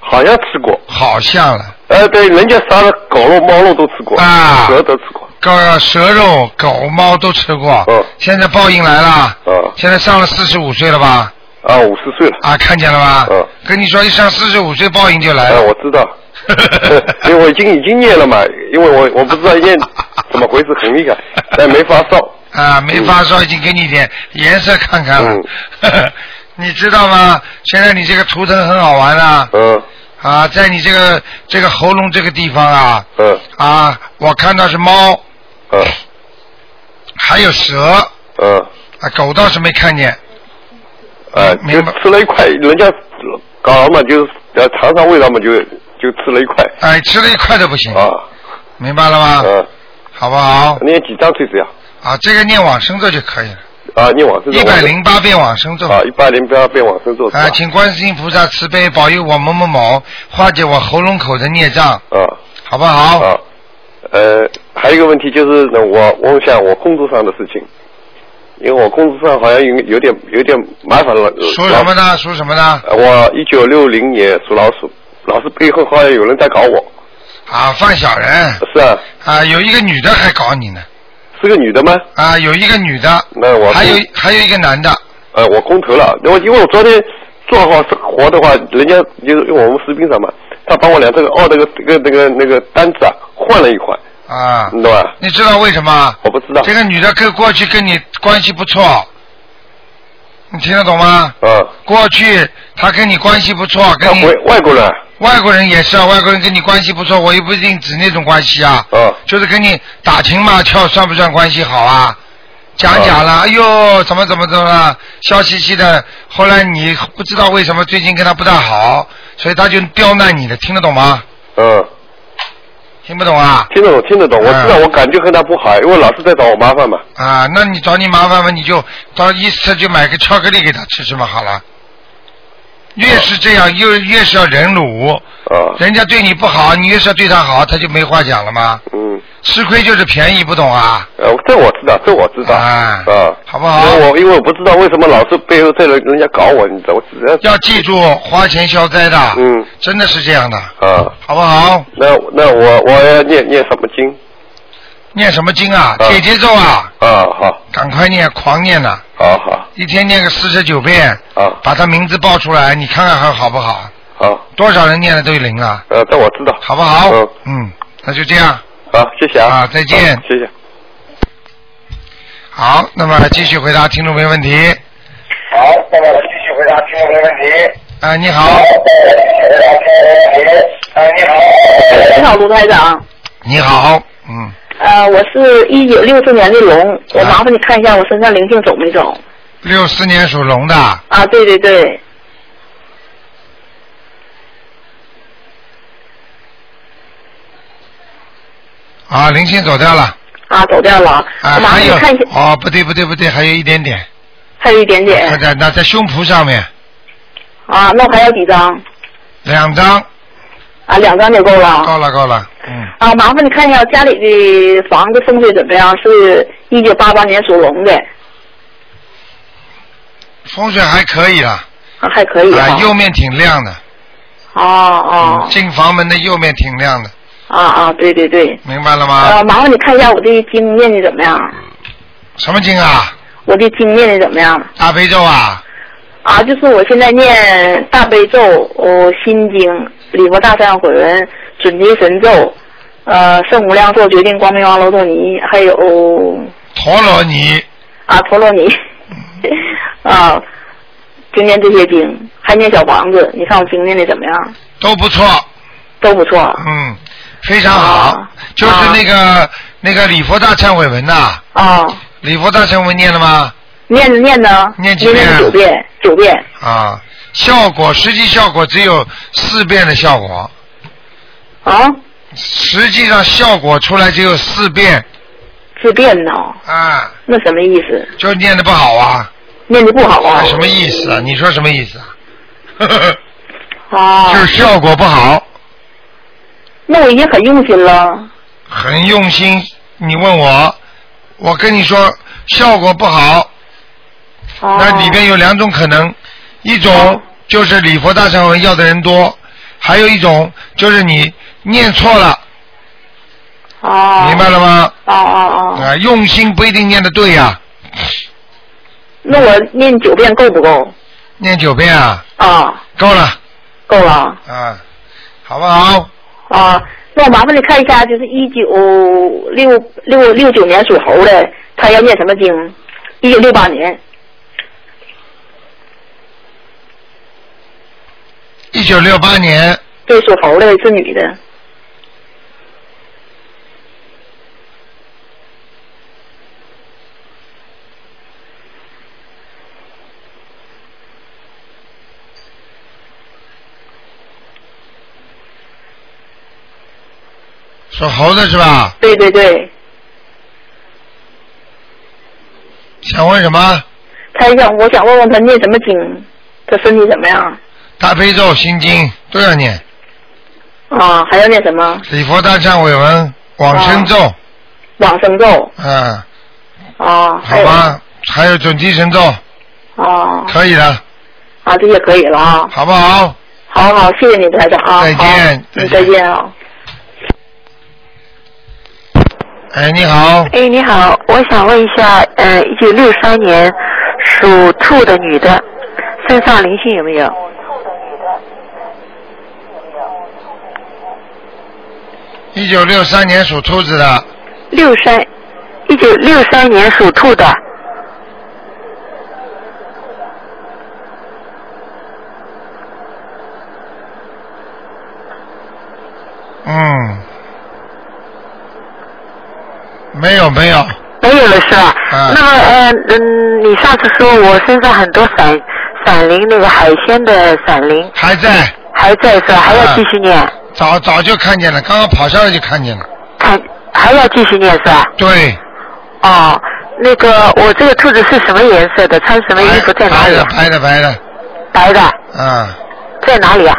Speaker 7: 好像吃过，
Speaker 1: 好像了，
Speaker 7: 呃，对，人家杀的狗肉、猫肉都吃过，
Speaker 1: 啊
Speaker 7: 蛇都吃过，
Speaker 1: 个蛇肉、狗、猫都吃过。
Speaker 7: 嗯
Speaker 1: 现在报应来了，
Speaker 7: 啊
Speaker 1: 现在上了四十五岁了吧？
Speaker 7: 啊，五十岁了，
Speaker 1: 啊，看见了吧？
Speaker 7: 嗯
Speaker 1: 跟你说，一上四十五岁报应就来
Speaker 7: 哎、
Speaker 1: 了。
Speaker 7: 我知道， 因为我已经已经念了嘛，因为我我不知道念怎么回事，很厉害，但没发烧。
Speaker 1: 啊，没发烧，已经给你点
Speaker 7: 嗯
Speaker 1: 颜色看看了。 你知道吗？现在你这个图腾很好玩啊！
Speaker 7: 嗯
Speaker 1: 啊，在你这个这个喉咙这个地方啊
Speaker 7: 嗯
Speaker 1: 啊，我看到是猫，
Speaker 7: 嗯
Speaker 1: 还有蛇啊，
Speaker 7: 嗯，
Speaker 1: 狗倒是没看见。
Speaker 7: 呃，
Speaker 1: 嗯明
Speaker 7: 就
Speaker 1: 白
Speaker 7: 吃了一块，人家搞了嘛，就是呃尝尝味道嘛，就就吃了一块
Speaker 1: 哎，吃了一块都不行，
Speaker 7: 啊，
Speaker 1: 明白了吗？
Speaker 7: 嗯，
Speaker 1: 好不好？
Speaker 7: 念几张最主要
Speaker 1: 啊，这个念往生咒就可以了，
Speaker 7: 啊，念往生咒
Speaker 1: 一百零八遍往生咒。
Speaker 7: 啊，一百零八遍往生咒是吧
Speaker 1: 啊，请观世音菩萨慈悲保佑我某某某化解我喉咙口的孽障，
Speaker 7: 啊。
Speaker 1: 好不好？
Speaker 7: 啊，呃，还有一个问题就是呢，我我想我工作上的事情，因为我工作上好像有有点有点麻烦了。
Speaker 1: 属什么呢？属什么呢？
Speaker 7: 老？呃我一九六零年属老鼠，老是背后好像有人在搞我，
Speaker 1: 啊，犯小人
Speaker 7: 是啊，
Speaker 1: 啊，有一个女的还搞你呢
Speaker 7: 是个女的吗？
Speaker 1: 啊，有一个女的，
Speaker 7: 那呃我
Speaker 1: 还有还有一个男的
Speaker 7: 呃，我空投了，那我因为我昨天做好活的话，人家就是因为我们食品厂嘛，他帮我俩这个哦那个这个那个那个单子啊换了一换，
Speaker 1: 啊，
Speaker 7: 你懂吧？
Speaker 1: 你知道为什么？
Speaker 7: 我不知道，
Speaker 1: 这个女的跟过去跟你关系不错，你听得懂吗？
Speaker 7: 啊，
Speaker 1: 过去她跟你关系不错，跟
Speaker 7: 他
Speaker 1: 你
Speaker 7: 回外国人啊，
Speaker 1: 外国人也是啊，外国人跟你关系不错，我又不一定指那种关系啊。
Speaker 7: 啊
Speaker 1: 就是跟你打情骂俏，算不算关系好啊？讲讲
Speaker 7: 嗯
Speaker 1: 了，哎呦，怎么怎么怎么了，笑嘻嘻的。后来你不知道为什么最近跟他不大好，所以他就刁难你的，听得懂吗？
Speaker 7: 嗯。
Speaker 1: 听不懂啊？
Speaker 7: 听得懂，听得懂，我知道，
Speaker 1: 嗯
Speaker 7: 我感觉和他不好，因为老是在找我麻烦嘛。
Speaker 1: 啊，那你找你麻烦嘛，你就到一次就买个巧克力给他吃吃嘛，好了。
Speaker 7: 哦
Speaker 1: 越是这样，越越是要忍辱，
Speaker 7: 啊，
Speaker 1: 人家对你不好，你越是要对他好，他就没话讲了吗？
Speaker 7: 嗯，
Speaker 1: 吃亏就是便宜，不懂啊？
Speaker 7: 呃，这我知道，这我知道，
Speaker 1: 啊
Speaker 7: 啊，
Speaker 1: 好不好
Speaker 7: 因为我因为我不知道为什么老是背后在人人家搞我，你知道，我只要
Speaker 1: 要记住，花钱消灾的，
Speaker 7: 嗯
Speaker 1: 真的是这样的，
Speaker 7: 啊，
Speaker 1: 好不好？
Speaker 7: 那那我我要念念什么经
Speaker 1: 念什么经啊？
Speaker 7: 啊
Speaker 1: 姐姐咒啊，
Speaker 7: 啊？好，
Speaker 1: 赶快念，狂念呐、
Speaker 7: 好好
Speaker 1: 一天念个四十九遍，
Speaker 7: 啊，
Speaker 1: 把他名字报出来，你看看还好不好？
Speaker 7: 好，
Speaker 1: 多少人念了都有灵啊了，
Speaker 7: 呃，这我知道，
Speaker 1: 好不好？
Speaker 7: 嗯，
Speaker 1: 嗯，那就这样。
Speaker 7: 好，谢谢啊，
Speaker 1: 啊再见
Speaker 7: 好谢谢。
Speaker 1: 好，那么继续回答听众朋友问题。
Speaker 5: 好，那么我继续回答听众朋友问题。
Speaker 1: 啊，你好，
Speaker 2: 呃
Speaker 5: 回答听众朋友问题。哎，你好。
Speaker 8: 你好，卢台长。
Speaker 1: 你好，嗯，
Speaker 8: 呃，我是一九六四年的龙，我
Speaker 1: 啊
Speaker 8: 麻烦你看一下我身上灵性走没走？
Speaker 1: 六四年属龙的，
Speaker 8: 啊，对对对，
Speaker 1: 啊，灵性走掉了，
Speaker 8: 啊，走掉了。
Speaker 1: 啊，
Speaker 8: 我麻
Speaker 1: 还
Speaker 8: 烦你
Speaker 1: 有
Speaker 8: 看一下，，
Speaker 1: 哦，不对不对不对，还有一点点，
Speaker 8: 还有一点点
Speaker 1: 那在那在胸脯上面
Speaker 8: 啊，那我还要几张？
Speaker 1: 两张，
Speaker 8: 啊，两张就够了。
Speaker 1: 够了够了，嗯，
Speaker 8: 啊，麻烦你看一下家里的房子风水怎么样？是一九八八年属龙的，
Speaker 1: 风水还可以了，
Speaker 8: 啊还可以哈。
Speaker 1: 啊，右面挺亮的，
Speaker 8: 哦哦
Speaker 1: 嗯，进房门的右面挺亮的，
Speaker 8: 啊啊，对对对。
Speaker 1: 明白了
Speaker 8: 啊，
Speaker 1: 吗？
Speaker 8: 麻烦你看一下我的经念的怎么样？
Speaker 1: 什么经啊？
Speaker 8: 我的经念的怎么样？
Speaker 1: 大悲咒啊，
Speaker 8: 啊，就是我现在念大悲咒、哦心经、礼佛大忏悔文、
Speaker 2: 准提神咒，呃，圣无量寿决定光明王罗陀尼，还有
Speaker 1: 陀罗尼，嗯
Speaker 2: 啊陀罗尼， 啊，就念这些经，还念小王子。你看我经念的怎么样？
Speaker 1: 都不错，
Speaker 2: 都不错。
Speaker 1: 嗯，非常
Speaker 8: 啊
Speaker 1: 好，就是那个、那个礼佛大忏悔文呐、
Speaker 2: 啊，
Speaker 1: 礼佛大忏悔文念了吗？
Speaker 2: 念着念呢，
Speaker 1: 念几
Speaker 2: 念
Speaker 1: 遍啊
Speaker 2: 九遍，九遍。
Speaker 1: 啊，效果实际效果只有四遍的效果，
Speaker 2: 啊，
Speaker 1: 实际上效果出来只有四遍
Speaker 2: 自辩呢？
Speaker 1: 啊，
Speaker 2: 那什么意思？
Speaker 1: 就念的不好啊。
Speaker 2: 念的不好啊
Speaker 1: 啊？什么意思啊？你说什么意思啊？
Speaker 2: 啊，
Speaker 1: 就是效果不好，
Speaker 2: 那我已经很用心了。
Speaker 1: 很用心。你问我，我跟你说效果不好，
Speaker 2: 哦
Speaker 1: 那里边有两种可能，一种就是礼佛大忏悔文要的人多，还有一种就是你念错了，
Speaker 2: 哦，
Speaker 1: 明白了吗？
Speaker 2: 哦哦哦，
Speaker 1: 啊，用心不一定念的对呀、
Speaker 2: 那我念九遍够不够？
Speaker 1: 念九遍啊，
Speaker 2: 啊，
Speaker 1: 够了
Speaker 2: 够了
Speaker 1: 啊，好不好？
Speaker 2: 啊。那我麻烦你看一下，就是一九六六六九年属猴的，他要念什么经？一九六八年，
Speaker 1: 一九六八年，
Speaker 2: 对，属猴的是女的，
Speaker 1: 属猴的是吧？
Speaker 2: 对对对，
Speaker 1: 想问什么？
Speaker 2: 他想，我想问问他念什么经，他身体怎么样
Speaker 1: 大悲咒、心经都要念，
Speaker 2: 啊？还要念什么
Speaker 1: 礼佛大忏悔文、往生咒，
Speaker 2: 啊往生咒
Speaker 1: 啊，
Speaker 2: 啊？还
Speaker 1: 好
Speaker 2: 有
Speaker 1: 吧，还有准提神咒，
Speaker 2: 啊
Speaker 1: 可以的，
Speaker 2: 啊，这些可以了啊。
Speaker 1: 好不好？
Speaker 2: 好好，谢谢你，台长啊。
Speaker 1: 再见
Speaker 2: 好
Speaker 1: 再见
Speaker 2: 嗯再见啊。
Speaker 1: 哎，你好，
Speaker 5: 哎，你好，我想问一下，呃，一九六三年属兔的女的，
Speaker 6: 嗯
Speaker 5: 身上灵性有没有？
Speaker 1: 一九六三年属兔子的，
Speaker 5: 六三，一九六三年属兔的，
Speaker 1: 嗯，没有没有，
Speaker 5: 没有了是吧？
Speaker 1: 嗯
Speaker 5: 那么呃嗯，你上次说我身上很多闪闪灵，那个海鲜的闪灵
Speaker 1: 还在，啊
Speaker 5: 还在是吧？还要继续念，
Speaker 1: 早早就看见了，刚刚跑下来就看见了，
Speaker 5: 看还要继续念是吧？
Speaker 1: 对，
Speaker 5: 哦，那个我这个兔子是什么颜色的？穿什么衣服？在哪
Speaker 1: 白
Speaker 5: 里
Speaker 1: 的
Speaker 5: 啊？
Speaker 1: 白的白的，
Speaker 5: 白的，
Speaker 1: 啊，
Speaker 5: 在哪里啊？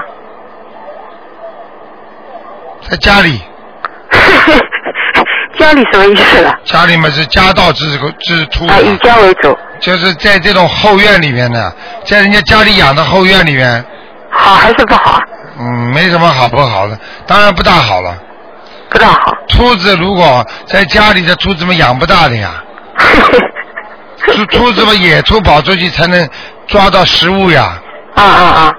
Speaker 1: 在家里，
Speaker 5: 家里什么意思了？
Speaker 1: 家里面是家道之之兔
Speaker 5: 啊，以
Speaker 1: 子，
Speaker 5: 家为主，
Speaker 1: 就是在这种后院里面的，在人家家里养的后院里面，
Speaker 5: 好还是不好啊？
Speaker 1: 嗯，没什么好不好的，当然不大好了。
Speaker 5: 不大好。
Speaker 1: 兔子如果在家里的兔子们养不大的 呀，兔兔子们野兔跑出去才能抓到食物呀。
Speaker 5: 啊啊啊！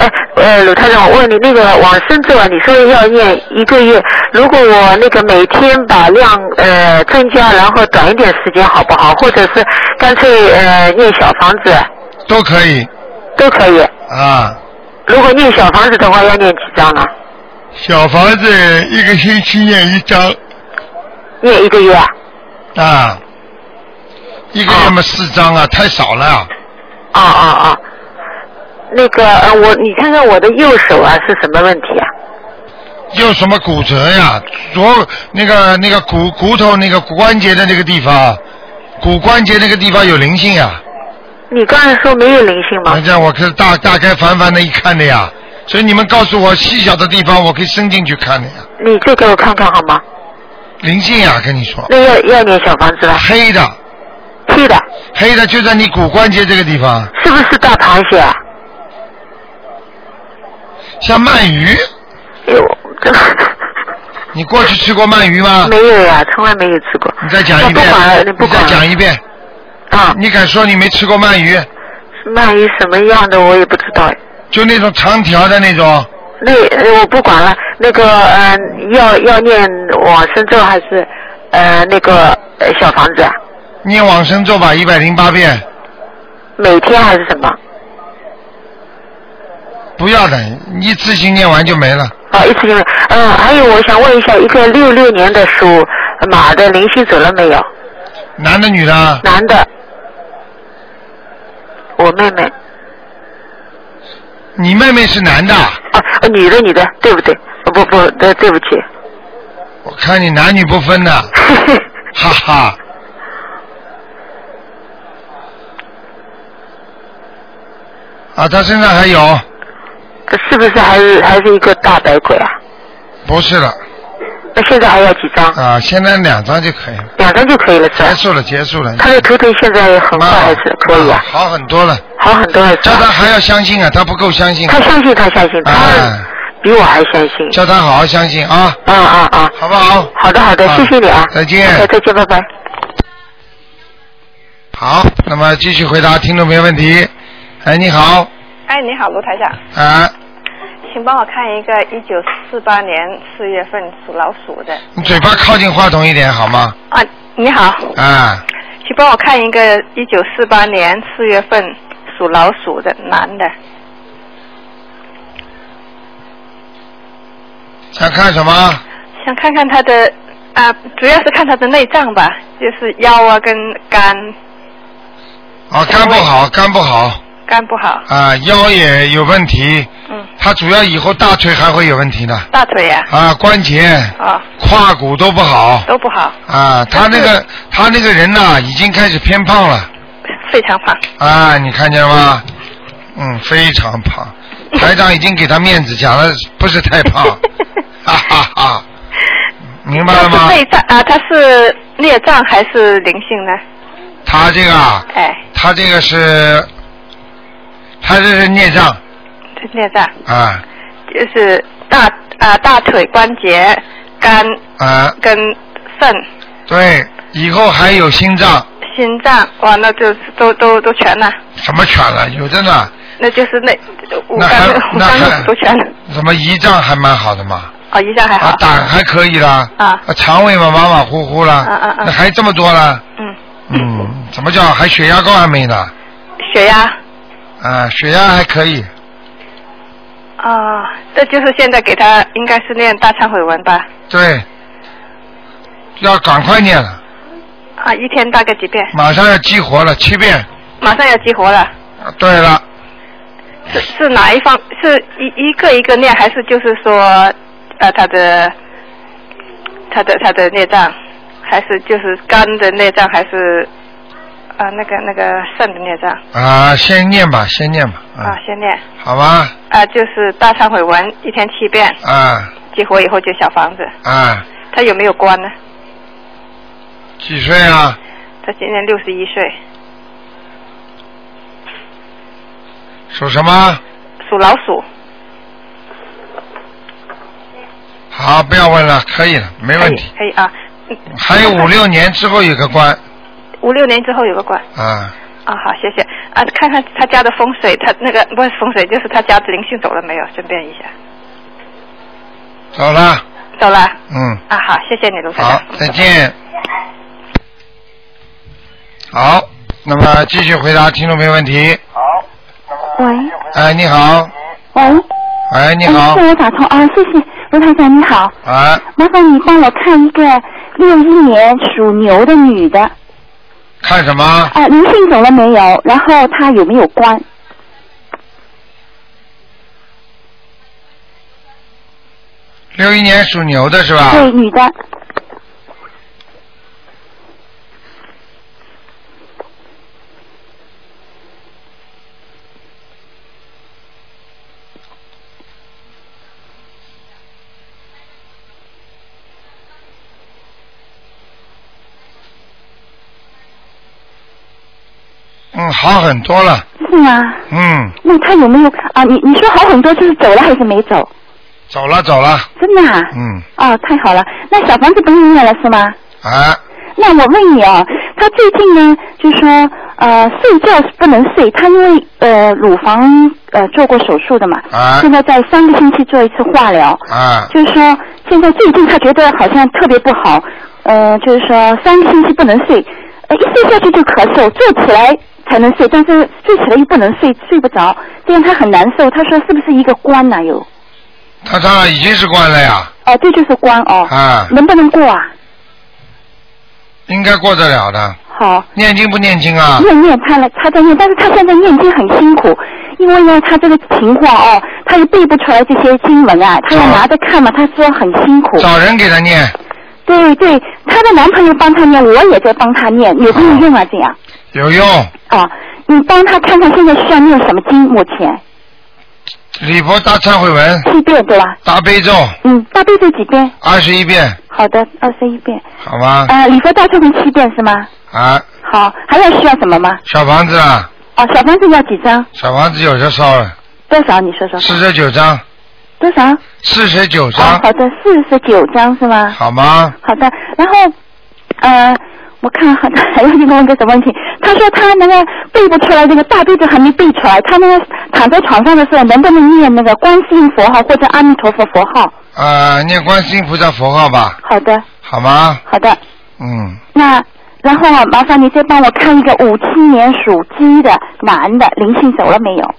Speaker 5: 哎，呃，鲁太长，我问你那个往生咒啊，你说要念一个月，如果我那个每天把量呃增加，然后短一点时间好不好？或者是干脆呃念小房子
Speaker 1: 都可以
Speaker 5: 都可以。
Speaker 1: 啊。
Speaker 5: 如果念小房子的话，要念几张啊？
Speaker 1: 小房子一个星期念一张
Speaker 5: 念一个月啊？
Speaker 1: 啊，一个月嘛四张啊，太少了。
Speaker 5: 啊啊啊！那个呃，我你看看我的右手啊是什么问题啊？
Speaker 1: 有什么骨折呀？左那个那个骨骨头那个骨关节的那个地方，骨关节那个地方有灵性呀。
Speaker 5: 你刚才说没有灵性吗
Speaker 1: 反？正我是大大概凡凡的一看的呀，所以你们告诉我细小的地方，我可以伸进去看的呀。
Speaker 5: 你再给我看看好吗？
Speaker 1: 灵性呀，跟你说，
Speaker 5: 那要要念小房子吧？
Speaker 1: 黑的，
Speaker 5: 黑的，
Speaker 1: 黑的就在你骨关节这个地方，
Speaker 5: 是不是大螃蟹啊？
Speaker 1: 像鳗鱼。
Speaker 5: 哎呦，这
Speaker 1: 你过去吃过鳗鱼吗？
Speaker 5: 没有呀、从来没有吃过。
Speaker 1: 你再讲一
Speaker 5: 那不管了
Speaker 1: 遍
Speaker 5: 那，
Speaker 1: 你
Speaker 5: 不管
Speaker 1: 再
Speaker 5: 了
Speaker 1: 讲一遍，
Speaker 5: 啊，
Speaker 1: 你敢说你没吃过鳗鱼？
Speaker 5: 鳗鱼什么样的我也不知道。
Speaker 1: 就那种长条的那种，
Speaker 5: 那呃我不管了，
Speaker 9: 那个嗯、要要念往生咒还是呃那个呃小房子啊？
Speaker 1: 念往生咒吧，一百零八遍，
Speaker 9: 每天还是什么？
Speaker 1: 不要的，一次性念完就没了。
Speaker 9: 啊，一次性。嗯，还有我想问一下，一个六六年的属马的灵性走了没有？
Speaker 1: 男的女的啊？
Speaker 9: 男的，我妹妹。
Speaker 1: 你妹妹是男的啊？
Speaker 9: 啊，呃女的女的，对不对？呃不不，对对不起，
Speaker 1: 我看你男女不 分的，哈哈。啊，他身上还有，
Speaker 9: 这是不是还是还是一个大白鬼啊？
Speaker 1: 不是了
Speaker 9: 那现在还要几张？
Speaker 1: 啊，现在两张就可以了，
Speaker 9: 两张就可以了是
Speaker 1: 结
Speaker 9: 吧？
Speaker 1: 束了，结束了。
Speaker 9: 他的头疼现在很坏还是可以啊？
Speaker 1: 好很多了，
Speaker 9: 好很多了是
Speaker 1: 叫他
Speaker 9: 吧？
Speaker 1: 还要相信啊，他不够相信。
Speaker 9: 他相信他相信，他
Speaker 1: 啊，
Speaker 9: 比我还相信。
Speaker 1: 叫他好好相信啊，
Speaker 9: 啊啊啊！
Speaker 1: 好不好？
Speaker 9: 好的好的，
Speaker 1: 啊
Speaker 9: 谢谢你啊。
Speaker 1: 再见
Speaker 9: 好的再见，拜拜。
Speaker 1: 好，那么继续回答听众朋友问题。哎，你好，
Speaker 10: 哎，你好，卢台长，
Speaker 1: 啊，
Speaker 10: 请帮我看一个一九四八年四月份属老鼠的
Speaker 1: 你嘴巴靠近话筒一点好吗？
Speaker 10: 啊。你好，
Speaker 1: 啊，
Speaker 10: 请帮我看一个一九四八年四月份属老鼠的男的，
Speaker 1: 想看什么？
Speaker 10: 想看看他的啊，主要是看他的内脏吧，就是腰啊跟肝，
Speaker 1: 啊，肝不好，肝不好，
Speaker 10: 肝不好，
Speaker 1: 啊，腰也有问题，
Speaker 10: 嗯，
Speaker 1: 他主要以后大腿还会有问题的，
Speaker 10: 大腿呀、
Speaker 1: 啊，关节、
Speaker 10: 啊，
Speaker 1: 胯骨都不好，
Speaker 10: 都不好，
Speaker 1: 啊，他那个他那个人呐、已经开始偏胖了，
Speaker 10: 非常胖，
Speaker 1: 啊，你看见了吗？嗯，非常胖，台长已经给他面子，讲了不是太 胖，哈哈哈，明白了吗
Speaker 10: 他？是内脏啊，他是孽障还是灵性呢？
Speaker 1: 他这个啊，
Speaker 10: 哎，
Speaker 1: 他这个是，他这是孽障
Speaker 10: 是孽障，
Speaker 1: 啊
Speaker 10: 就是大啊大腿关节、肝
Speaker 1: 啊，
Speaker 10: 跟肾、
Speaker 1: 对，以后还有心脏，
Speaker 10: 心脏，哇，那就都都都全了，
Speaker 1: 什么全了？有的呢，
Speaker 10: 那就是那五
Speaker 1: 那
Speaker 10: 肝
Speaker 1: 还
Speaker 10: 五
Speaker 1: 那还
Speaker 10: 肝都全了。
Speaker 1: 什么胰脏还蛮好的嘛，
Speaker 10: 哦，一下还好
Speaker 1: 啊，，胆还可以啦，
Speaker 10: 啊，
Speaker 1: 肠胃嘛马马虎虎啦，
Speaker 10: 啊啊啊
Speaker 1: 那还这么多啦，
Speaker 10: 嗯，
Speaker 1: 嗯，怎么叫还血压高还没呢？
Speaker 10: 血压
Speaker 1: 啊，血压还可以，
Speaker 10: 啊，这就是现在给他应该是念大忏悔文吧？
Speaker 1: 对，要赶快念了，
Speaker 10: 啊，一天大概几遍？
Speaker 1: 马上要激活了七遍。
Speaker 10: 马上要激活了，
Speaker 1: 啊对了，
Speaker 10: 是是哪一方？是一一个一个念，还是就是说，呃，他的他的他的孽障，还是就是肝的孽障，还是啊、呃那个那个肾的孽障？
Speaker 1: 啊，先念吧，先念吧，啊，
Speaker 10: 啊，先念
Speaker 1: 好吧，
Speaker 10: 啊，就是大忏悔文一天七遍，
Speaker 1: 啊
Speaker 10: 激活以后就小房子。
Speaker 1: 啊，
Speaker 10: 他有没有关呢？
Speaker 1: 几岁啊？
Speaker 10: 他今年六十一岁，
Speaker 1: 属什么？
Speaker 10: 属老鼠。
Speaker 1: 好，不要问了，可以了，没问题。
Speaker 10: 可以可以啊，
Speaker 1: 还有五六年之后有个关
Speaker 10: 五六年之后有个关
Speaker 1: 啊，
Speaker 10: 啊，好，谢谢啊，看看他家的风水，他那个不是风水，就是他家的灵性走了没有？顺便一下，
Speaker 1: 走了，
Speaker 10: 走了
Speaker 1: 嗯，
Speaker 10: 啊，好，谢谢你，卢台长
Speaker 1: 好，再见。好，那么继续回答听众朋友问题。
Speaker 11: 喂
Speaker 1: 哎，你好，
Speaker 11: 喂，
Speaker 1: 哎，你
Speaker 11: 哎
Speaker 1: 好
Speaker 11: 是，我打通啊，谢谢卢台长，你好，
Speaker 1: 哎，
Speaker 11: 麻烦你帮我看一个六一年属牛的女的，啊、
Speaker 1: 看什么？
Speaker 11: 灵性走了没有？然后她有没有关？
Speaker 1: 六一年属牛的是吧？
Speaker 11: 对，女的，
Speaker 1: 嗯，好很多了，
Speaker 11: 是吗？
Speaker 1: 嗯，
Speaker 11: 那她有没有啊？你你说好很多，就是走了还是没走？
Speaker 1: 走了走了，
Speaker 11: 真的啊？
Speaker 1: 嗯，
Speaker 11: 哦，太好了，那小房子不用念了是吗？
Speaker 1: 哎，
Speaker 11: 哦那我问你啊，她最近呢，就说呃，睡觉是不能睡，她因为呃乳房呃做过手术的嘛，
Speaker 1: 啊
Speaker 11: 现在在三个星期做一次化疗，
Speaker 1: 啊
Speaker 11: 就是说现在最近她觉得好像特别不好，呃，就是说三个星期不能睡，呃，一睡下去就咳嗽，坐起来才能睡，但是睡起来又不能睡，睡不着，这样她很难受。她说是不是一个关呐、有？
Speaker 1: 他当然已经是关了呀，
Speaker 11: 哦，这就是关哦，
Speaker 1: 啊，
Speaker 11: 能不能过啊？
Speaker 1: 应该过得了的。
Speaker 11: 好。
Speaker 1: 念经不念经啊？
Speaker 11: 念念他了，他在念，但是他现在念经很辛苦，因为呢，他这个情况哦，他又背不出来这些经文啊，他要拿着看嘛，他说很辛苦。
Speaker 1: 找人给他念，
Speaker 11: 对对，她的男朋友帮她念，我也在帮她念，有没有用啊？这样
Speaker 1: 有用。
Speaker 11: 啊，你帮她看看现在需要念什么经？目前
Speaker 1: 礼佛大忏悔文
Speaker 11: 七遍对吧？
Speaker 1: 大悲咒
Speaker 11: 嗯，大悲咒几遍？
Speaker 1: 二十一遍，
Speaker 11: 好的，二十一遍。
Speaker 1: 好吗？
Speaker 11: 啊，礼佛大忏悔七遍是吗？
Speaker 1: 啊，
Speaker 11: 好，还有需要什么吗？
Speaker 1: 小房子啊，
Speaker 11: 哦，小房子要几张？
Speaker 1: 小房子有时候烧了，
Speaker 11: 多少？你说说。
Speaker 1: 四十九张，
Speaker 11: 多少？
Speaker 1: 四十九
Speaker 11: 啊
Speaker 1: 张，，
Speaker 11: 好的，四十九张是吗？
Speaker 1: 好吗？
Speaker 11: 好的，然后呃，我看好的，还有一个问个什么问题？他说他那个背不出来，这个大悲咒还没背出来，他那个躺在床上的时候能不能念那个观世音佛号或者阿弥陀佛佛号？
Speaker 1: 呃，念观世音菩萨佛号吧，
Speaker 11: 好的，
Speaker 1: 好吗？
Speaker 11: 好的，
Speaker 1: 嗯，
Speaker 11: 那。然后啊，麻烦你再帮我看一个五七年属鸡的男的，灵性走了没有？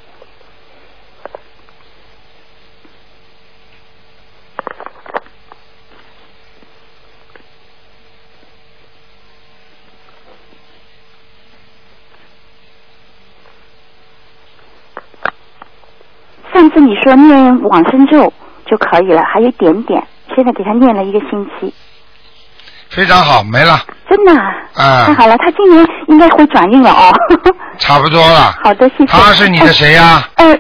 Speaker 11: 上次你说念往生咒就可以了，还有一点点，现在给他念了一个星期，
Speaker 1: 非常好，没了，
Speaker 11: 真的啊、
Speaker 1: 啊
Speaker 11: 太，好了，他今年应该会转运了哦。
Speaker 1: 差不多了。
Speaker 11: 好的，谢谢。
Speaker 1: 他是你的谁呀？
Speaker 11: 呃，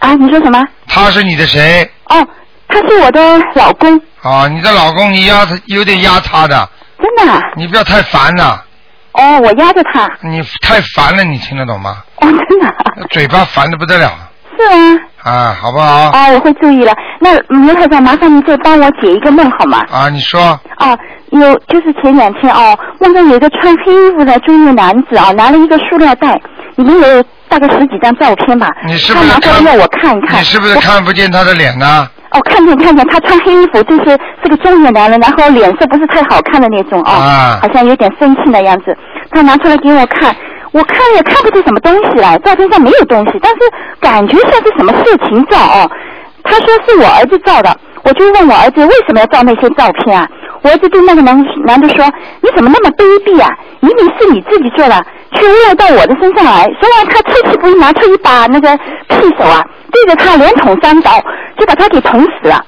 Speaker 11: 啊，你说什么？
Speaker 1: 他是你的谁？
Speaker 11: 哦，他是我的老公，
Speaker 1: 啊，你的老公，你压他，有点压他的，
Speaker 11: 真的啊、
Speaker 1: 你不要太烦了，
Speaker 11: 哦，我压着他。
Speaker 1: 你太烦了，你听得懂吗？
Speaker 11: 哦，真的啊、
Speaker 1: 嘴巴烦的不得了
Speaker 11: 是吗？
Speaker 1: 啊，好不好？
Speaker 11: 哦，我会注意了。那刘台长，麻烦您再帮我解一个梦好吗？
Speaker 1: 啊，你说
Speaker 11: 哦，有就是前两天哦，梦到有一个穿黑衣服的中年男子啊、拿了一个塑料袋，里面有大概十几张照片吧。
Speaker 1: 你是不是
Speaker 11: 他拿过来
Speaker 1: 看
Speaker 11: 让我看一看？
Speaker 1: 你是不是看不见他的脸呢？
Speaker 11: 我？哦，看见看见，他穿黑衣服，就是是个中年男人，然后脸色不是太好看的那种哦，
Speaker 1: 啊
Speaker 11: 好像有点生气的样子。他拿出来给我看，我看也看不出什么东西来，照片上没有东西，但是感觉像是什么事情照哦。他说是我儿子照的，我就问我儿子为什么要照那些照片啊？我儿子对那个男男的说：“你怎么那么卑鄙啊？明明是你自己做的，却赖到我的身上来。”说完，他出其不意拿出一把那个匕首啊，对着他连捅三刀，就把他给捅死了。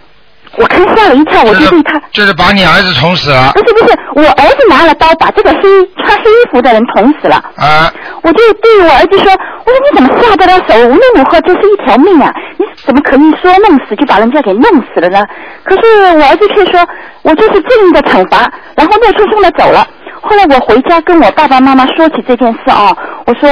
Speaker 11: 我看吓了一跳，我就对他
Speaker 1: 就是把你儿子捅死了
Speaker 11: 不是不是，我儿子拿了刀把这个黑穿黑衣服的人捅死了。
Speaker 1: 啊！
Speaker 11: 我就对我儿子说：“我说你怎么下得了手？无论如何这是一条命啊！你怎么可以说弄死就把人家给弄死了呢？”可是我儿子却说：“我这是正义的惩罚。”然后怒冲冲的走了。后来我回家跟我爸爸妈妈说起这件事啊，我说：“